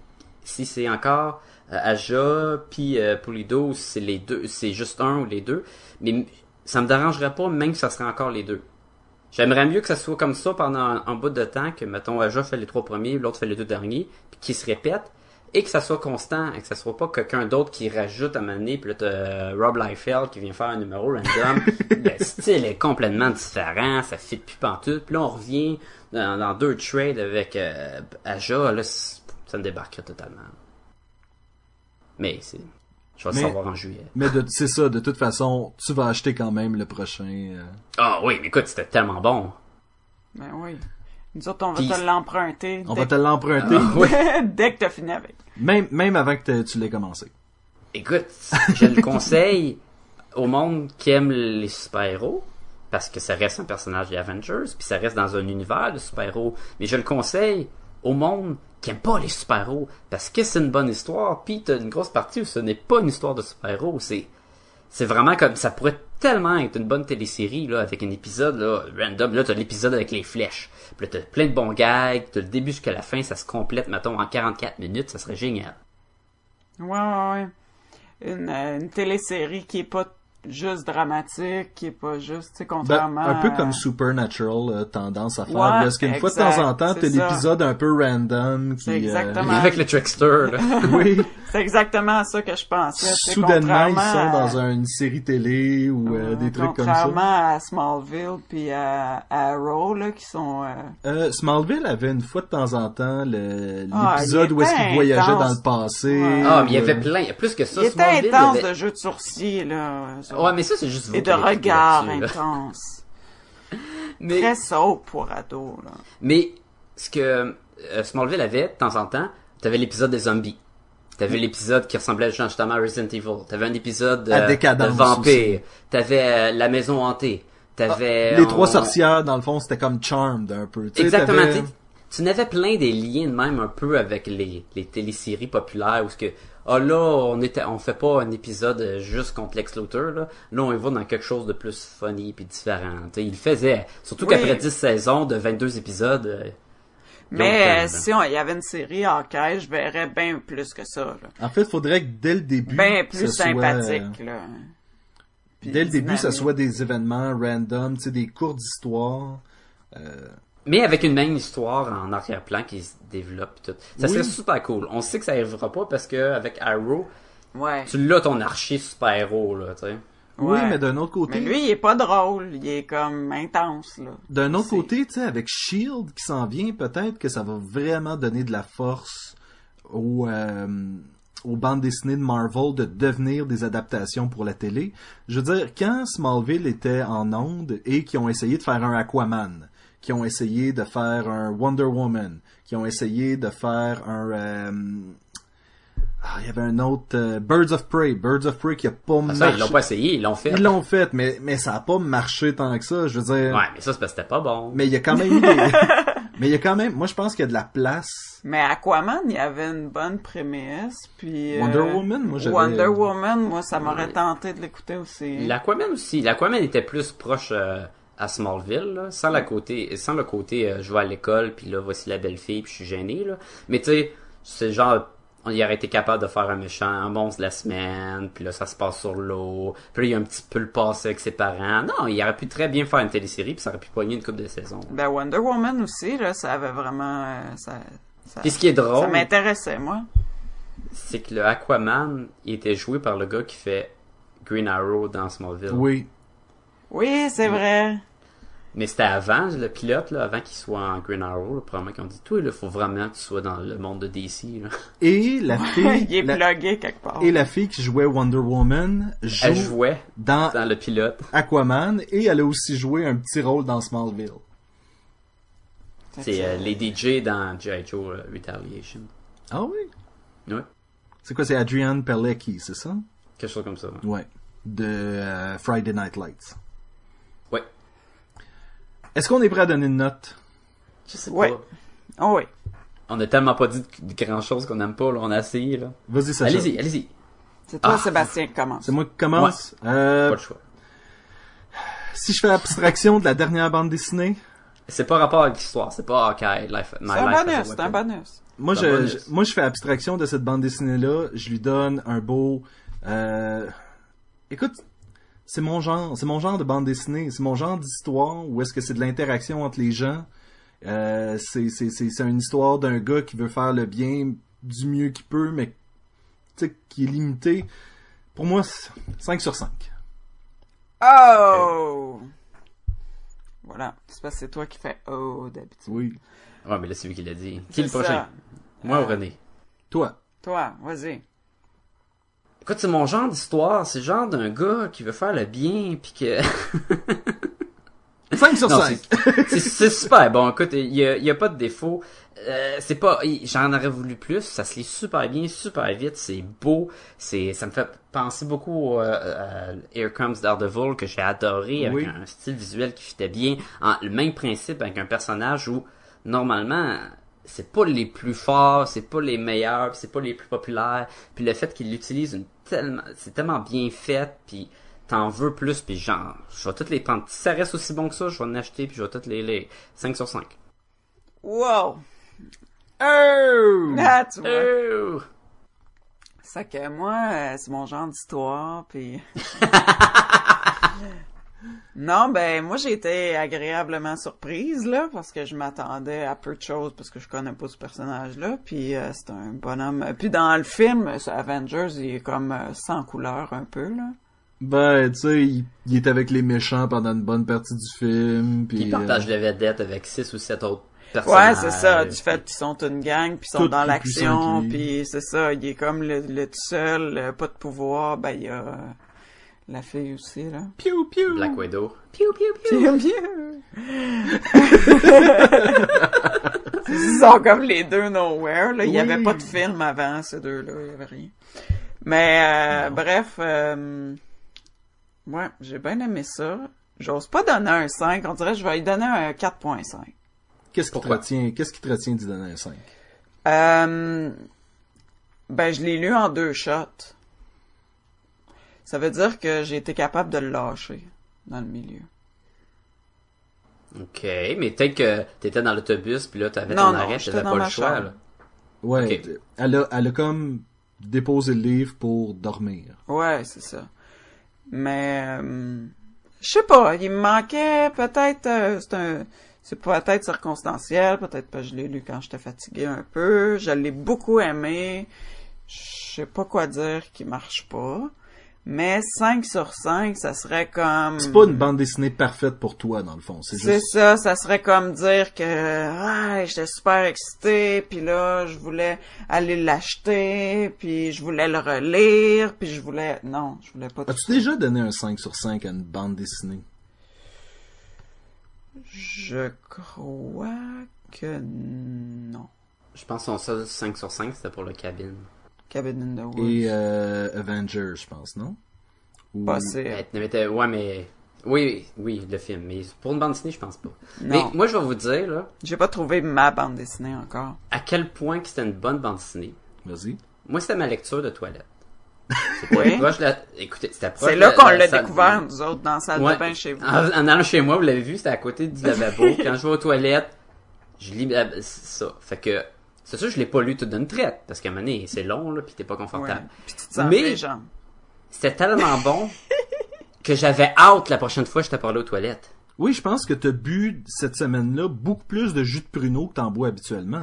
Speaker 1: si c'est encore euh, Aja puis euh, Pulido, ou si c'est les deux, c'est juste un ou les deux, mais m- ça me dérangerait pas même que ça serait encore les deux. J'aimerais mieux que ça soit comme ça pendant un, un bout de temps que mettons Aja fait les trois premiers, l'autre fait les deux derniers, puis qu'ils se répètent et que ça soit constant et que ça soit pas quelqu'un d'autre qui rajoute à un moment donné, puis là t'as euh, Rob Liefeld qui vient faire un numéro random. le style est complètement différent, ça fit plus pantoute. Puis là on revient dans, dans deux trades avec euh, Aja, là c- ça me débarquerait totalement. Mais c'est, je vais
Speaker 3: Mais-
Speaker 1: le savoir en juillet.
Speaker 3: Mais de- c'est ça, de toute façon, tu vas acheter quand même le prochain. euh,
Speaker 1: Ah oui, mais écoute c'était tellement bon.
Speaker 5: Ben oui. Nous autres, on va
Speaker 1: Puis-
Speaker 5: te l'emprunter
Speaker 3: On
Speaker 5: dès,
Speaker 3: va te l'emprunter,
Speaker 5: Ah, que- dès que t'as fini avec.
Speaker 3: même, même avant que t'aies- tu l'aies commencé.
Speaker 1: Écoute, je le conseille au monde qui aime les super-héros, parce que ça reste un personnage des Avengers, puis ça reste dans un univers de super-héros. Mais je le conseille au monde qui aime pas les super-héros, parce que c'est une bonne histoire, puis t'as une grosse partie où ce n'est pas une histoire de super-héros, c'est... C'est vraiment comme ça pourrait tellement être une bonne télésérie là avec un épisode là random là t'as l'épisode avec les flèches puis là, t'as plein de bons gags t'as le début jusqu'à la fin ça se complète mettons en 44 minutes ça serait génial
Speaker 5: Ouais, ouais, ouais. Une, euh, une télésérie qui est pas juste dramatique, qui est pas juste, tu sais,
Speaker 3: Ben,
Speaker 5: contrairement
Speaker 3: un peu
Speaker 5: à-
Speaker 3: comme Supernatural euh, tendance à faire.
Speaker 5: Ouais,
Speaker 3: parce qu'une fois de
Speaker 5: exact,
Speaker 3: temps en temps, t'as
Speaker 5: c'est ça.
Speaker 3: l'épisode un peu random qui.
Speaker 5: C'est exactement.
Speaker 1: avec le trickster là.
Speaker 3: euh, oui.
Speaker 5: C'est exactement à ça que je pensais. tu sais,
Speaker 3: Soudainement, ils
Speaker 5: contrairement
Speaker 3: sont
Speaker 5: à-
Speaker 3: dans une série télé ou euh, des trucs comme ça.
Speaker 5: Contrairement à Smallville puis à, à Arrow, là, qui sont... euh,
Speaker 3: Euh, Smallville avait une fois de temps en temps le-
Speaker 5: Ah,
Speaker 3: l'épisode
Speaker 5: il
Speaker 3: où est-ce
Speaker 5: était
Speaker 3: qu'ils voyageaient dans
Speaker 5: intense.
Speaker 3: le passé.
Speaker 5: Ouais.
Speaker 1: Ah, mais il y avait
Speaker 3: Euh,
Speaker 1: plein. Il y a plus que ça.
Speaker 5: il était
Speaker 1: Smallville, il y
Speaker 5: intense
Speaker 1: avait-
Speaker 5: de jeu de sourcils, là. euh, ça.
Speaker 1: Ouais, mais ça, c'est juste vous
Speaker 5: Et
Speaker 1: qui
Speaker 5: de
Speaker 1: avez écrit
Speaker 5: regard
Speaker 1: là-dessus, là.
Speaker 5: intense.
Speaker 1: Mais,
Speaker 5: Très soap pour ado, là.
Speaker 1: mais ce que euh, Smallville avait, de temps en temps, t'avais l'épisode des zombies.
Speaker 5: Mm.
Speaker 1: T'avais l'épisode qui ressemblait justement à Resident Evil. T'avais un épisode de,
Speaker 3: À Décadence
Speaker 1: de vampires. T'avais euh, la maison hantée. T'avais
Speaker 3: Ah, Les
Speaker 1: on-
Speaker 3: trois sorcières, dans le fond, c'était comme Charmed un peu. Tu sais,
Speaker 1: Exactement.
Speaker 3: t'avais-
Speaker 1: Tu tu n'avais plein des liens de même un peu avec les, les téléséries populaires où ce que ah là on était on fait pas un épisode euh, juste contre Lex Luthor là, là on y va dans quelque chose de plus funny puis différent. Tu sais, il le faisait surtout
Speaker 5: Oui.
Speaker 1: qu'après 10 saisons de 22 épisodes euh,
Speaker 5: Mais
Speaker 1: le
Speaker 5: euh,
Speaker 1: temps, là.
Speaker 5: si on- il y avait une série Hawkeye, je verrais bien plus que ça. Là.
Speaker 3: En fait, faudrait que dès le début,
Speaker 5: Bien
Speaker 3: ça
Speaker 5: Ben, plus
Speaker 3: soit,
Speaker 5: sympathique.
Speaker 3: euh,
Speaker 5: là. Puis
Speaker 3: dès le début, ça
Speaker 5: dynamique.
Speaker 3: soit des événements random, tu sais, des courtes histoires.
Speaker 1: Mais avec une même histoire en arrière-plan qui se développe et tout. Ça
Speaker 3: Oui.
Speaker 1: serait super cool. On sait que ça arrivera pas parce que avec Arrow,
Speaker 5: Ouais.
Speaker 1: tu l'as ton archi super-héros, là, tu sais.
Speaker 3: Oui,
Speaker 5: Ouais.
Speaker 3: mais d'un autre côté,
Speaker 5: Mais lui, il est pas drôle. Il est comme intense. là.
Speaker 3: d'un autre
Speaker 5: c'est-
Speaker 3: côté, tu sais, avec Shield E qui s'en vient, peut-être que ça va vraiment donner de la force aux, euh, aux bandes dessinées de Marvel de devenir des adaptations pour la télé. Je veux dire, quand Smallville était en onde et qui ont essayé de faire un Aquaman, qui ont essayé de faire un Wonder Woman, qui ont essayé de faire un euh, ah, il y avait un autre euh, Birds of Prey, Birds of Prey qui a pas
Speaker 1: Ah, Ça, ils
Speaker 3: marché.
Speaker 1: l'ont pas essayé, ils l'ont fait.
Speaker 3: Ben, Ils l'ont fait, mais mais ça a pas marché tant que ça. Je veux dire,
Speaker 1: Ouais, mais ça, c'est parce que c'était pas bon.
Speaker 3: mais il y a quand même eu des... Mais il y a quand même... Moi, je pense qu'il y a de la place.
Speaker 5: Mais Aquaman, il avait une bonne prémisse. Puis, euh,
Speaker 3: Wonder Woman, moi, j'avais-
Speaker 5: Wonder Woman, moi, ça m'aurait tenté de l'écouter aussi.
Speaker 1: L'Aquaman aussi. L'Aquaman était plus proche euh, à Smallville, là, sans, la côté, sans le côté euh, je vais à l'école, puis là, voici la belle fille, puis je suis gêné. Là. Mais tu sais, c'est genre, on y aurait été capable de faire un méchant, un monstre de la semaine, puis là, ça se passe sur l'eau, puis là, il y a un petit peu le passé avec ses parents. Non, il aurait pu très bien faire une télésérie, puis ça aurait pu pogner une coupe de saison.
Speaker 5: Ben, Wonder Woman aussi, là, ça avait vraiment... euh, ça, ça,
Speaker 1: Puis ce qui est
Speaker 5: ça
Speaker 1: drôle,
Speaker 5: m'intéressait, moi.
Speaker 1: c'est que le Aquaman, il était joué par le gars qui fait Green Arrow dans Smallville.
Speaker 3: Oui.
Speaker 5: Oui, c'est vrai.
Speaker 1: Mais c'était avant le pilote, là, avant qu'il soit en Green Arrow, là, probablement qu'on dit tout, il faut vraiment que tu sois dans le monde de DC. Là.
Speaker 3: Et la fille...
Speaker 5: il est
Speaker 3: la-
Speaker 5: plugué quelque part.
Speaker 3: Et la fille qui jouait Wonder Woman joue
Speaker 1: Elle jouait
Speaker 3: dans
Speaker 1: dans le pilote.
Speaker 3: Aquaman et elle a aussi joué un petit rôle dans Smallville.
Speaker 1: C'est euh, les DJ dans G.I. Joe euh, Retaliation.
Speaker 3: Ah oui?
Speaker 1: Ouais.
Speaker 3: C'est quoi? C'est Adrian Perlecki, c'est ça?
Speaker 1: Quelque chose comme ça. ouais.
Speaker 3: Ouais. De euh, Friday Night Lights.
Speaker 1: Ouais.
Speaker 3: Est-ce qu'on est prêt à donner une note?
Speaker 1: Je sais
Speaker 5: Ouais.
Speaker 1: pas.
Speaker 5: Oh oui.
Speaker 1: On a tellement pas dit de grand chose qu'on aime pas, là. On a essayé, là.
Speaker 3: Vas-y, Sacha.
Speaker 1: Allez-y, allez-y.
Speaker 5: C'est toi,
Speaker 1: Ah.
Speaker 5: Sébastien, qui commence.
Speaker 3: C'est moi qui commence. Euh,
Speaker 1: Pas le choix.
Speaker 3: si je fais abstraction de la dernière bande dessinée,
Speaker 1: C'est pas rapport avec l'histoire, c'est pas OK, life, my
Speaker 5: C'est un
Speaker 1: life as a
Speaker 5: bonus, c'est un
Speaker 1: Weapon.
Speaker 5: bonus.
Speaker 3: Moi,
Speaker 1: C'est un
Speaker 3: je, je-
Speaker 1: bonus.
Speaker 3: moi, je fais abstraction de cette bande dessinée-là. Je lui donne un beau. euh, Écoute, c'est mon genre, c'est mon genre de bande dessinée, c'est mon genre d'histoire où est-ce que c'est de l'interaction entre les gens. Euh, c'est c'est c'est c'est une histoire d'un gars qui veut faire le bien du mieux qu'il peut, mais tu sais qui est limité. Pour moi, c'est 5 sur 5.
Speaker 5: Oh! Voilà. C'est parce que c'est toi qui fais oh d'habitude.
Speaker 3: Oui.
Speaker 1: Ouais, mais là, c'est lui qui l'a dit. Qui est le
Speaker 5: C'est
Speaker 1: prochain?
Speaker 5: ça. Euh,
Speaker 1: Moi ou René?
Speaker 3: Toi.
Speaker 5: Toi, vas-y.
Speaker 1: Écoute, c'est mon genre d'histoire. C'est le genre d'un gars qui veut faire le bien, puis que...
Speaker 3: 5 sur
Speaker 1: Non,
Speaker 3: 5.
Speaker 1: c'est- c'est c'est super bon. Écoute, il y a, il y a pas de défaut. Euh, c'est pas, il- j'en aurais voulu plus. Ça se lit super bien, super vite. C'est beau. C'est, ça me fait penser beaucoup euh, à Here Comes Daredevil que j'ai adoré avec
Speaker 3: Oui.
Speaker 1: un style visuel qui fitait bien. En- le même principe avec un personnage où normalement c'est pas les plus forts, c'est pas les meilleurs, puis c'est pas les plus populaires. Puis le fait qu'il l'utilise une tellement, c'est tellement bien fait. Puis t'en veux plus, puis genre, je vais toutes les prendre. Si ça reste aussi bon que ça, je vais en acheter, puis je vais toutes les lire. 5 sur 5.
Speaker 5: Wow!
Speaker 1: Hmm.
Speaker 3: Oh!
Speaker 5: Là, tu vois.
Speaker 1: Oh!
Speaker 5: C'est que moi, euh, c'est mon genre d'histoire, puis... non, ben, moi, j'ai été agréablement surprise, là, parce que je m'attendais à peu de choses, parce que je connais pas ce personnage-là, puis euh, c'est un bonhomme... Puis dans le film, euh, Avengers, il est comme euh, sans couleur, un peu, là.
Speaker 3: Ben, tu sais, il, il est avec les méchants pendant une bonne partie du film. Puis, euh,
Speaker 1: Puis il partage la vedette avec 6 ou 7 autres personnes.
Speaker 5: Ouais, c'est ça, du fait qu'ils sont une gang, puis ils sont
Speaker 3: Tout
Speaker 5: dans
Speaker 3: plus puissant
Speaker 5: l'action,
Speaker 3: que lui.
Speaker 5: puis c'est ça, il est comme le, le tout seul, euh, pas de pouvoir, ben, il y a... euh, La fille aussi, là.
Speaker 3: Piou, piou.
Speaker 1: Black Widow.
Speaker 5: J'aime bien. Ils sont comme les deux nowhere. Là. Il n'y avait
Speaker 3: Oui.
Speaker 5: pas de film avant, ces deux-là. Il n'y avait rien. Mais euh, bref, euh, ouais, j'ai bien aimé ça. J'ose pas donner un 5. On dirait que je vais lui donner un 4.5.
Speaker 3: Qu'est-ce qui te
Speaker 1: Pourquoi?
Speaker 3: retient, qu'est-ce qui te retient d'y donner un 5?
Speaker 5: Euh, ben, je l'ai lu en deux shots. Ça veut dire que j'ai été capable de le lâcher dans le milieu.
Speaker 1: Ok, mais peut-être que t'étais dans l'autobus, puis là, t'avais
Speaker 5: Non,
Speaker 1: ton
Speaker 5: non,
Speaker 1: arrêt,
Speaker 5: j'étais
Speaker 1: t'avais
Speaker 5: dans
Speaker 1: pas
Speaker 5: ma
Speaker 1: le choix,
Speaker 5: chambre.
Speaker 1: là.
Speaker 3: Ouais,
Speaker 1: Ok.
Speaker 3: d- elle, a, elle a comme déposé le livre pour dormir.
Speaker 5: Ouais, c'est ça. Mais euh, je sais pas, il me manquait peut-être euh, c'est un c'est peut-être circonstanciel, peut-être que je l'ai lu quand j'étais fatiguée un peu, je l'ai beaucoup aimé. Je sais pas quoi dire qui marche pas, mais 5 sur 5, ça serait comme
Speaker 3: C'est pas une bande dessinée parfaite pour toi, dans le fond. C'est
Speaker 5: Hmm. c'est
Speaker 3: juste...
Speaker 5: ça, ça serait comme dire que ah, j'étais super excitée, puis là je voulais aller l'acheter, puis je voulais le relire, puis je voulais non, je voulais pas. tout
Speaker 3: As-tu déjà donné un 5 sur 5 à une bande dessinée?
Speaker 5: Je crois que non.
Speaker 1: Je pense que son seul 5 sur 5, c'était pour le cabine.
Speaker 5: Cabin in the Woods.
Speaker 3: Et euh, Avengers, je pense, non? Ou-
Speaker 5: Pas sûr.
Speaker 1: Ben, mais t'as- ouais, mais... Oui, oui, le film. Mais pour une bande dessinée, je pense pas.
Speaker 5: Non.
Speaker 1: Mais moi, je vais vous dire, là,
Speaker 5: J'ai pas trouvé ma bande dessinée encore.
Speaker 1: à quel point que c'était une bonne bande dessinée.
Speaker 3: Vas-y.
Speaker 1: Moi, c'était ma lecture de toilette.
Speaker 5: Oui.
Speaker 1: Proche de la- Écoutez, c'était proche
Speaker 5: C'est
Speaker 1: de
Speaker 5: là
Speaker 1: la-
Speaker 5: qu'on
Speaker 1: la
Speaker 5: l'a
Speaker 1: salle-
Speaker 5: découvert, nous autres, dans la salle
Speaker 1: Ouais. Ah,
Speaker 5: de bain chez vous.
Speaker 1: En, en allant chez moi, vous l'avez vu, c'était à côté du lavabo. Quand je vais aux toilettes, je lis la- c'est ça. Fait que, c'est sûr, je l'ai pas lu tout d'une traite. Parce qu'à un moment donné, c'est long, là, pis t'es pas
Speaker 5: Ouais.
Speaker 1: confortable.
Speaker 5: Puis tu te sens
Speaker 1: Mais-
Speaker 5: les jambes.
Speaker 1: C'était tellement bon que j'avais hâte la prochaine fois que j'étais parlé aux toilettes.
Speaker 3: Oui, je pense que t'as bu cette semaine-là beaucoup plus de jus de pruneau que t'en bois habituellement.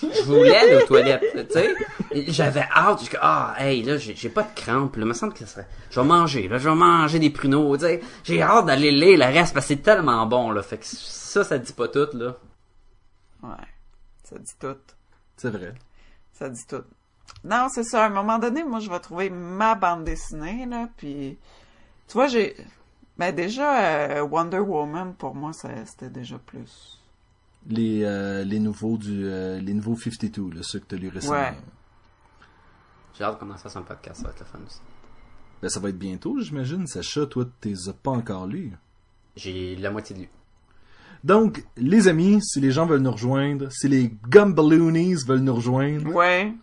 Speaker 1: Je voulais aller aux toilettes, tu sais. Et J'avais hâte. Je ah, hey, là, j'ai j'ai pas de crampes. Là, me semble que ça serait... Je vais manger, là, je vais manger des pruneaux, tu sais. J'ai hâte d'aller lire le reste parce que c'est tellement bon, là. Fait que ça, ça dit pas tout, là.
Speaker 5: Ouais. Ça dit tout.
Speaker 3: C'est vrai.
Speaker 5: Ça dit tout. Non, c'est ça. À un moment donné, moi, je vais trouver ma bande dessinée, là, puis... Tu vois, j'ai... Ben déjà, euh, Wonder Woman, pour moi, ça- c'était déjà plus...
Speaker 3: Les, euh, les nouveaux du euh, les nouveaux 52, là, ceux que t'as lu récemment.
Speaker 5: Ouais.
Speaker 1: J'ai hâte de commencer à son podcast, ça va être le fun aussi.
Speaker 3: Ben, ça va être bientôt, j'imagine. Sacha, toi, t'es pas encore lu.
Speaker 1: J'ai la moitié de lui.
Speaker 3: Donc, les amis, si les gens veulent nous rejoindre, si les Gumballoonies veulent nous rejoindre,
Speaker 5: Ouais.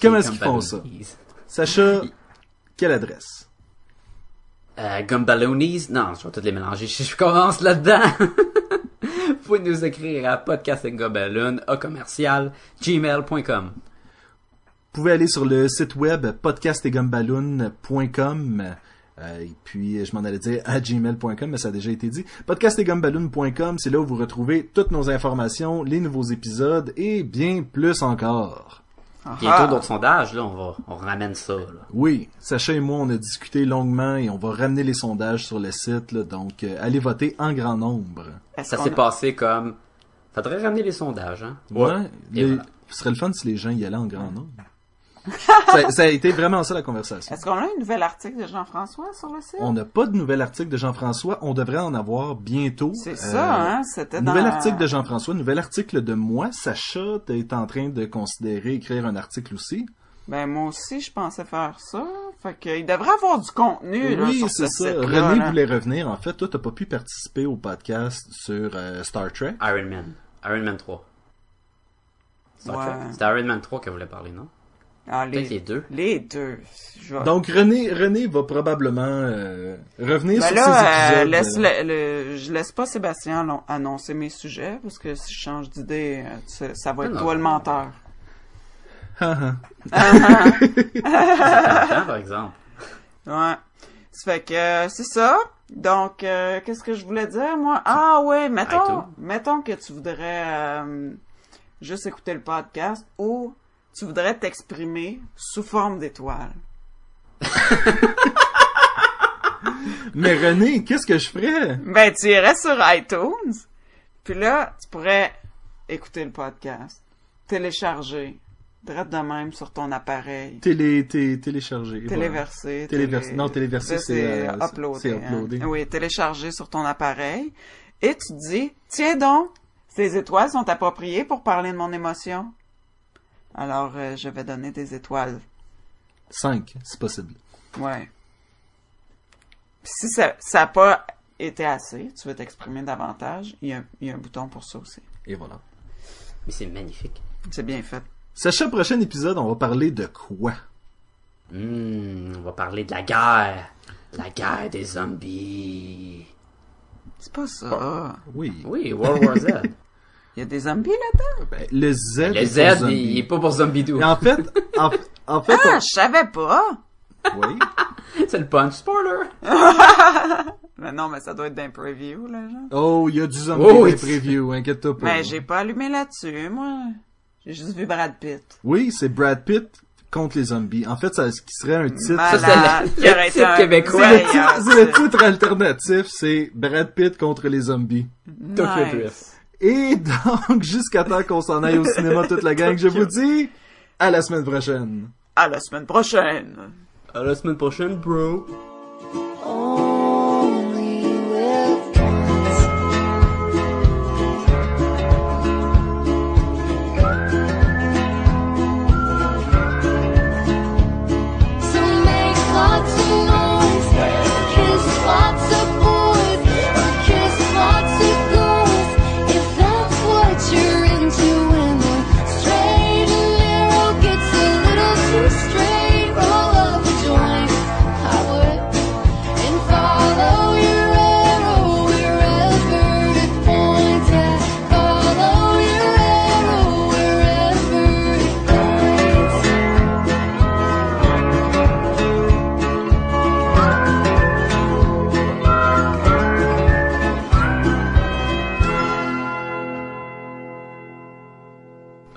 Speaker 3: comment
Speaker 1: Et
Speaker 3: est-ce qu'ils font ça?
Speaker 1: Gumballoonies.
Speaker 3: Sacha, quelle adresse?
Speaker 1: Euh, Gumballoonies? Non, je vais toutes les mélanger. Je, je commence là-dedans. Vous pouvez nous écrire à podcastgumballoon, à commercial, gmail.com.
Speaker 3: Vous pouvez aller sur le site web podcastetgumballoon.com euh, et puis je m'en allais dire à gmail.com mais ça a déjà été dit podcastetgumballoon.com c'est là où vous retrouvez toutes nos informations, les nouveaux épisodes et bien plus encore.
Speaker 1: Bientôt
Speaker 5: Ah.
Speaker 1: d'autres sondages, là, on va, on ramène ça, là.
Speaker 3: Oui, Sacha et moi on a discuté longuement et on va ramener les sondages sur le site là, donc euh, allez voter en grand nombre.
Speaker 5: Est-ce
Speaker 1: Ça
Speaker 5: qu'on
Speaker 1: s'est
Speaker 5: a-
Speaker 1: passé comme, faudrait ramener les sondages, hein?
Speaker 3: les-
Speaker 1: Et voilà.
Speaker 3: ce serait le fun si les gens y allaient en grand nombre. ça, ça a été vraiment ça la conversation.
Speaker 5: Est-ce qu'on a un nouvel article de Jean-François sur le site?
Speaker 3: On n'a pas de nouvel article de Jean-François. On devrait en avoir bientôt.
Speaker 5: C'est
Speaker 3: Euh,
Speaker 5: ça, hein? C'était dans...
Speaker 3: Nouvel article de Jean-François, nouvel article de moi. Sacha, t'es en train de considérer écrire un article aussi.
Speaker 5: Ben, moi aussi, je pensais faire ça. Fait qu'il devrait avoir du contenu, là,
Speaker 3: oui,
Speaker 5: sur
Speaker 3: c'est
Speaker 5: ce
Speaker 3: ça.
Speaker 5: site-là,
Speaker 3: René
Speaker 5: là.
Speaker 3: voulait revenir. En fait, toi, t'as pas pu participer au podcast sur euh, Star Trek.
Speaker 1: Iron Man. Iron Man 3. Star
Speaker 5: Ouais.
Speaker 1: Trek. C'était Iron Man 3 que vous voulez parler, non?
Speaker 5: Ah, les...
Speaker 1: Peut-être les deux.
Speaker 5: les deux. Je vais-
Speaker 3: Donc, René, René va probablement euh, revenir
Speaker 5: Ben
Speaker 3: sur
Speaker 5: là,
Speaker 3: ces
Speaker 5: euh,
Speaker 3: épisodes.
Speaker 5: laisse le, le- je laisse pas Sébastien allon- annoncer mes sujets, parce que si je change d'idée, euh, ça, ça va être
Speaker 1: Non,
Speaker 5: toi
Speaker 1: non.
Speaker 5: le menteur.
Speaker 1: Attends, par exemple.
Speaker 5: Ouais. Ça fait que euh, c'est ça. Donc, euh, qu'est-ce que je voulais dire, moi? Ah oui, mettons,
Speaker 1: Arrête-toi.
Speaker 5: mettons que tu voudrais euh, juste écouter le podcast ou tu voudrais t'exprimer sous forme d'étoile.
Speaker 3: Mais René, qu'est-ce que je ferais?
Speaker 5: Ben, tu irais sur iTunes, puis là, tu pourrais écouter le podcast, télécharger, direct de même sur ton appareil,
Speaker 3: Télé, té- télécharger. Et voilà.
Speaker 5: téléverser.
Speaker 3: Téléverser.
Speaker 5: télé-
Speaker 3: Non, téléverser,
Speaker 5: Ça,
Speaker 3: c'est, euh, c'est-
Speaker 5: uploader.
Speaker 3: c'est
Speaker 5: hein.
Speaker 3: uploader.
Speaker 5: Oui, télécharger sur ton appareil, et tu te dis, tiens donc, ces étoiles sont appropriées pour parler de mon émotion. Alors, euh, je vais donner des étoiles.
Speaker 3: Cinq, si possible.
Speaker 5: Ouais. Puis si ça n'a pas été assez, tu veux t'exprimer davantage, il y, a, un- il y a un bouton pour ça aussi.
Speaker 3: Et voilà.
Speaker 1: Mais c'est magnifique.
Speaker 5: C'est bien fait.
Speaker 3: Sacha, prochain épisode, on va parler de quoi?
Speaker 1: Hmm, on va parler de la guerre. La guerre des zombies.
Speaker 5: C'est pas
Speaker 3: Ah.
Speaker 5: ça.
Speaker 3: Oui.
Speaker 1: Oui, World War Z.
Speaker 5: Il y a des zombies là-dedans?
Speaker 3: Ben, le Z.
Speaker 1: le
Speaker 3: est
Speaker 1: Z,
Speaker 3: pour
Speaker 1: il-
Speaker 3: zombie.
Speaker 1: il est pas pour Zombie
Speaker 3: Mais En fait, en, en fait,
Speaker 5: Ah, je savais pas!
Speaker 3: on- oui.
Speaker 1: C'est le punch. Spoiler!
Speaker 5: Mais non, mais ça doit être d'un preview, là, genre.
Speaker 3: Oh, il y a du zombie
Speaker 1: Oh,
Speaker 3: dans les
Speaker 1: it's-
Speaker 3: previews, inquiète-toi pas.
Speaker 5: Mais Ben, j'ai pas allumé là-dessus, moi. J'ai juste vu Brad Pitt.
Speaker 3: Oui, c'est Brad Pitt contre les zombies. En fait, ça, ce qui serait un titre.
Speaker 5: Malade.
Speaker 1: c'est le-
Speaker 5: Il aurait
Speaker 1: le titre
Speaker 5: été un
Speaker 1: québécois.
Speaker 3: C'est le
Speaker 5: meilleur
Speaker 3: titre- c'est le titre alternatif, c'est Brad Pitt contre les zombies.
Speaker 1: Tokyo
Speaker 5: Nice.
Speaker 1: Drift.
Speaker 3: Et donc, jusqu'à temps qu'on s'en aille au cinéma toute la gang, je vous dis à la semaine prochaine.
Speaker 5: À Ah, la semaine prochaine!
Speaker 1: À la semaine prochaine, bro.
Speaker 2: Only with guns. So make lots of noise, kiss lots of boys, or kiss lots of girls. If that's what you're into, when the straight and narrow gets a little too straight, roll up a joint, I would. And follow your arrow wherever it points at. Follow your arrow wherever it points.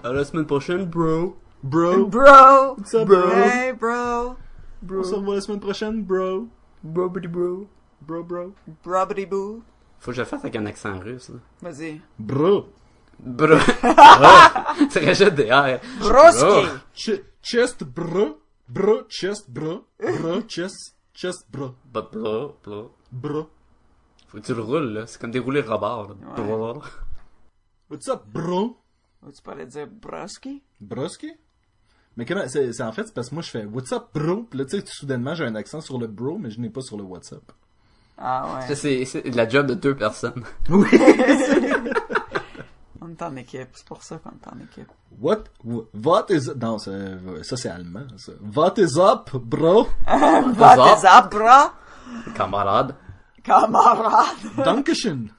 Speaker 1: À la semaine prochaine, bro.
Speaker 3: Bro,
Speaker 5: Bro!
Speaker 3: ça, bro?
Speaker 5: Hey, bro!
Speaker 3: On se revoit la semaine prochaine, bro.
Speaker 1: Bro, bitty bro.
Speaker 3: Bro, bro.
Speaker 5: Brobity boo.
Speaker 1: Faut que je le fasse avec un accent russe, là.
Speaker 5: Vas-y.
Speaker 3: Bro.
Speaker 1: Bro. Ah! Tu rajoutes des R.
Speaker 5: Broski!
Speaker 1: Bro.
Speaker 3: Ch- chest, bro. Bro, chest, bro. Bro, chest, chest, bro.
Speaker 1: Bah, bro, bro.
Speaker 3: Bro.
Speaker 1: Faut que tu le roules, là. C'est comme dérouler le rebord, là. Bro.
Speaker 3: What's up, bro?
Speaker 5: Ou tu parlais dire broski?
Speaker 3: Broski? Mais comment, c'est, c'est- en fait, c'est parce que moi je fais What's up, bro? Puis là, tu sais, soudainement j'ai un accent sur le bro, mais je n'ai pas sur le WhatsApp.
Speaker 5: Ah
Speaker 1: Ça,
Speaker 5: ouais.
Speaker 1: C'est c'est la job de deux personnes.
Speaker 3: Oui!
Speaker 5: On est en équipe. C'est pour ça qu'on est en équipe.
Speaker 3: What, wh- what is, non, ça, ça c'est allemand, ça. What is up, bro?
Speaker 5: Va tes abras,
Speaker 1: Camarade.
Speaker 5: camarade!
Speaker 3: Dankeschön!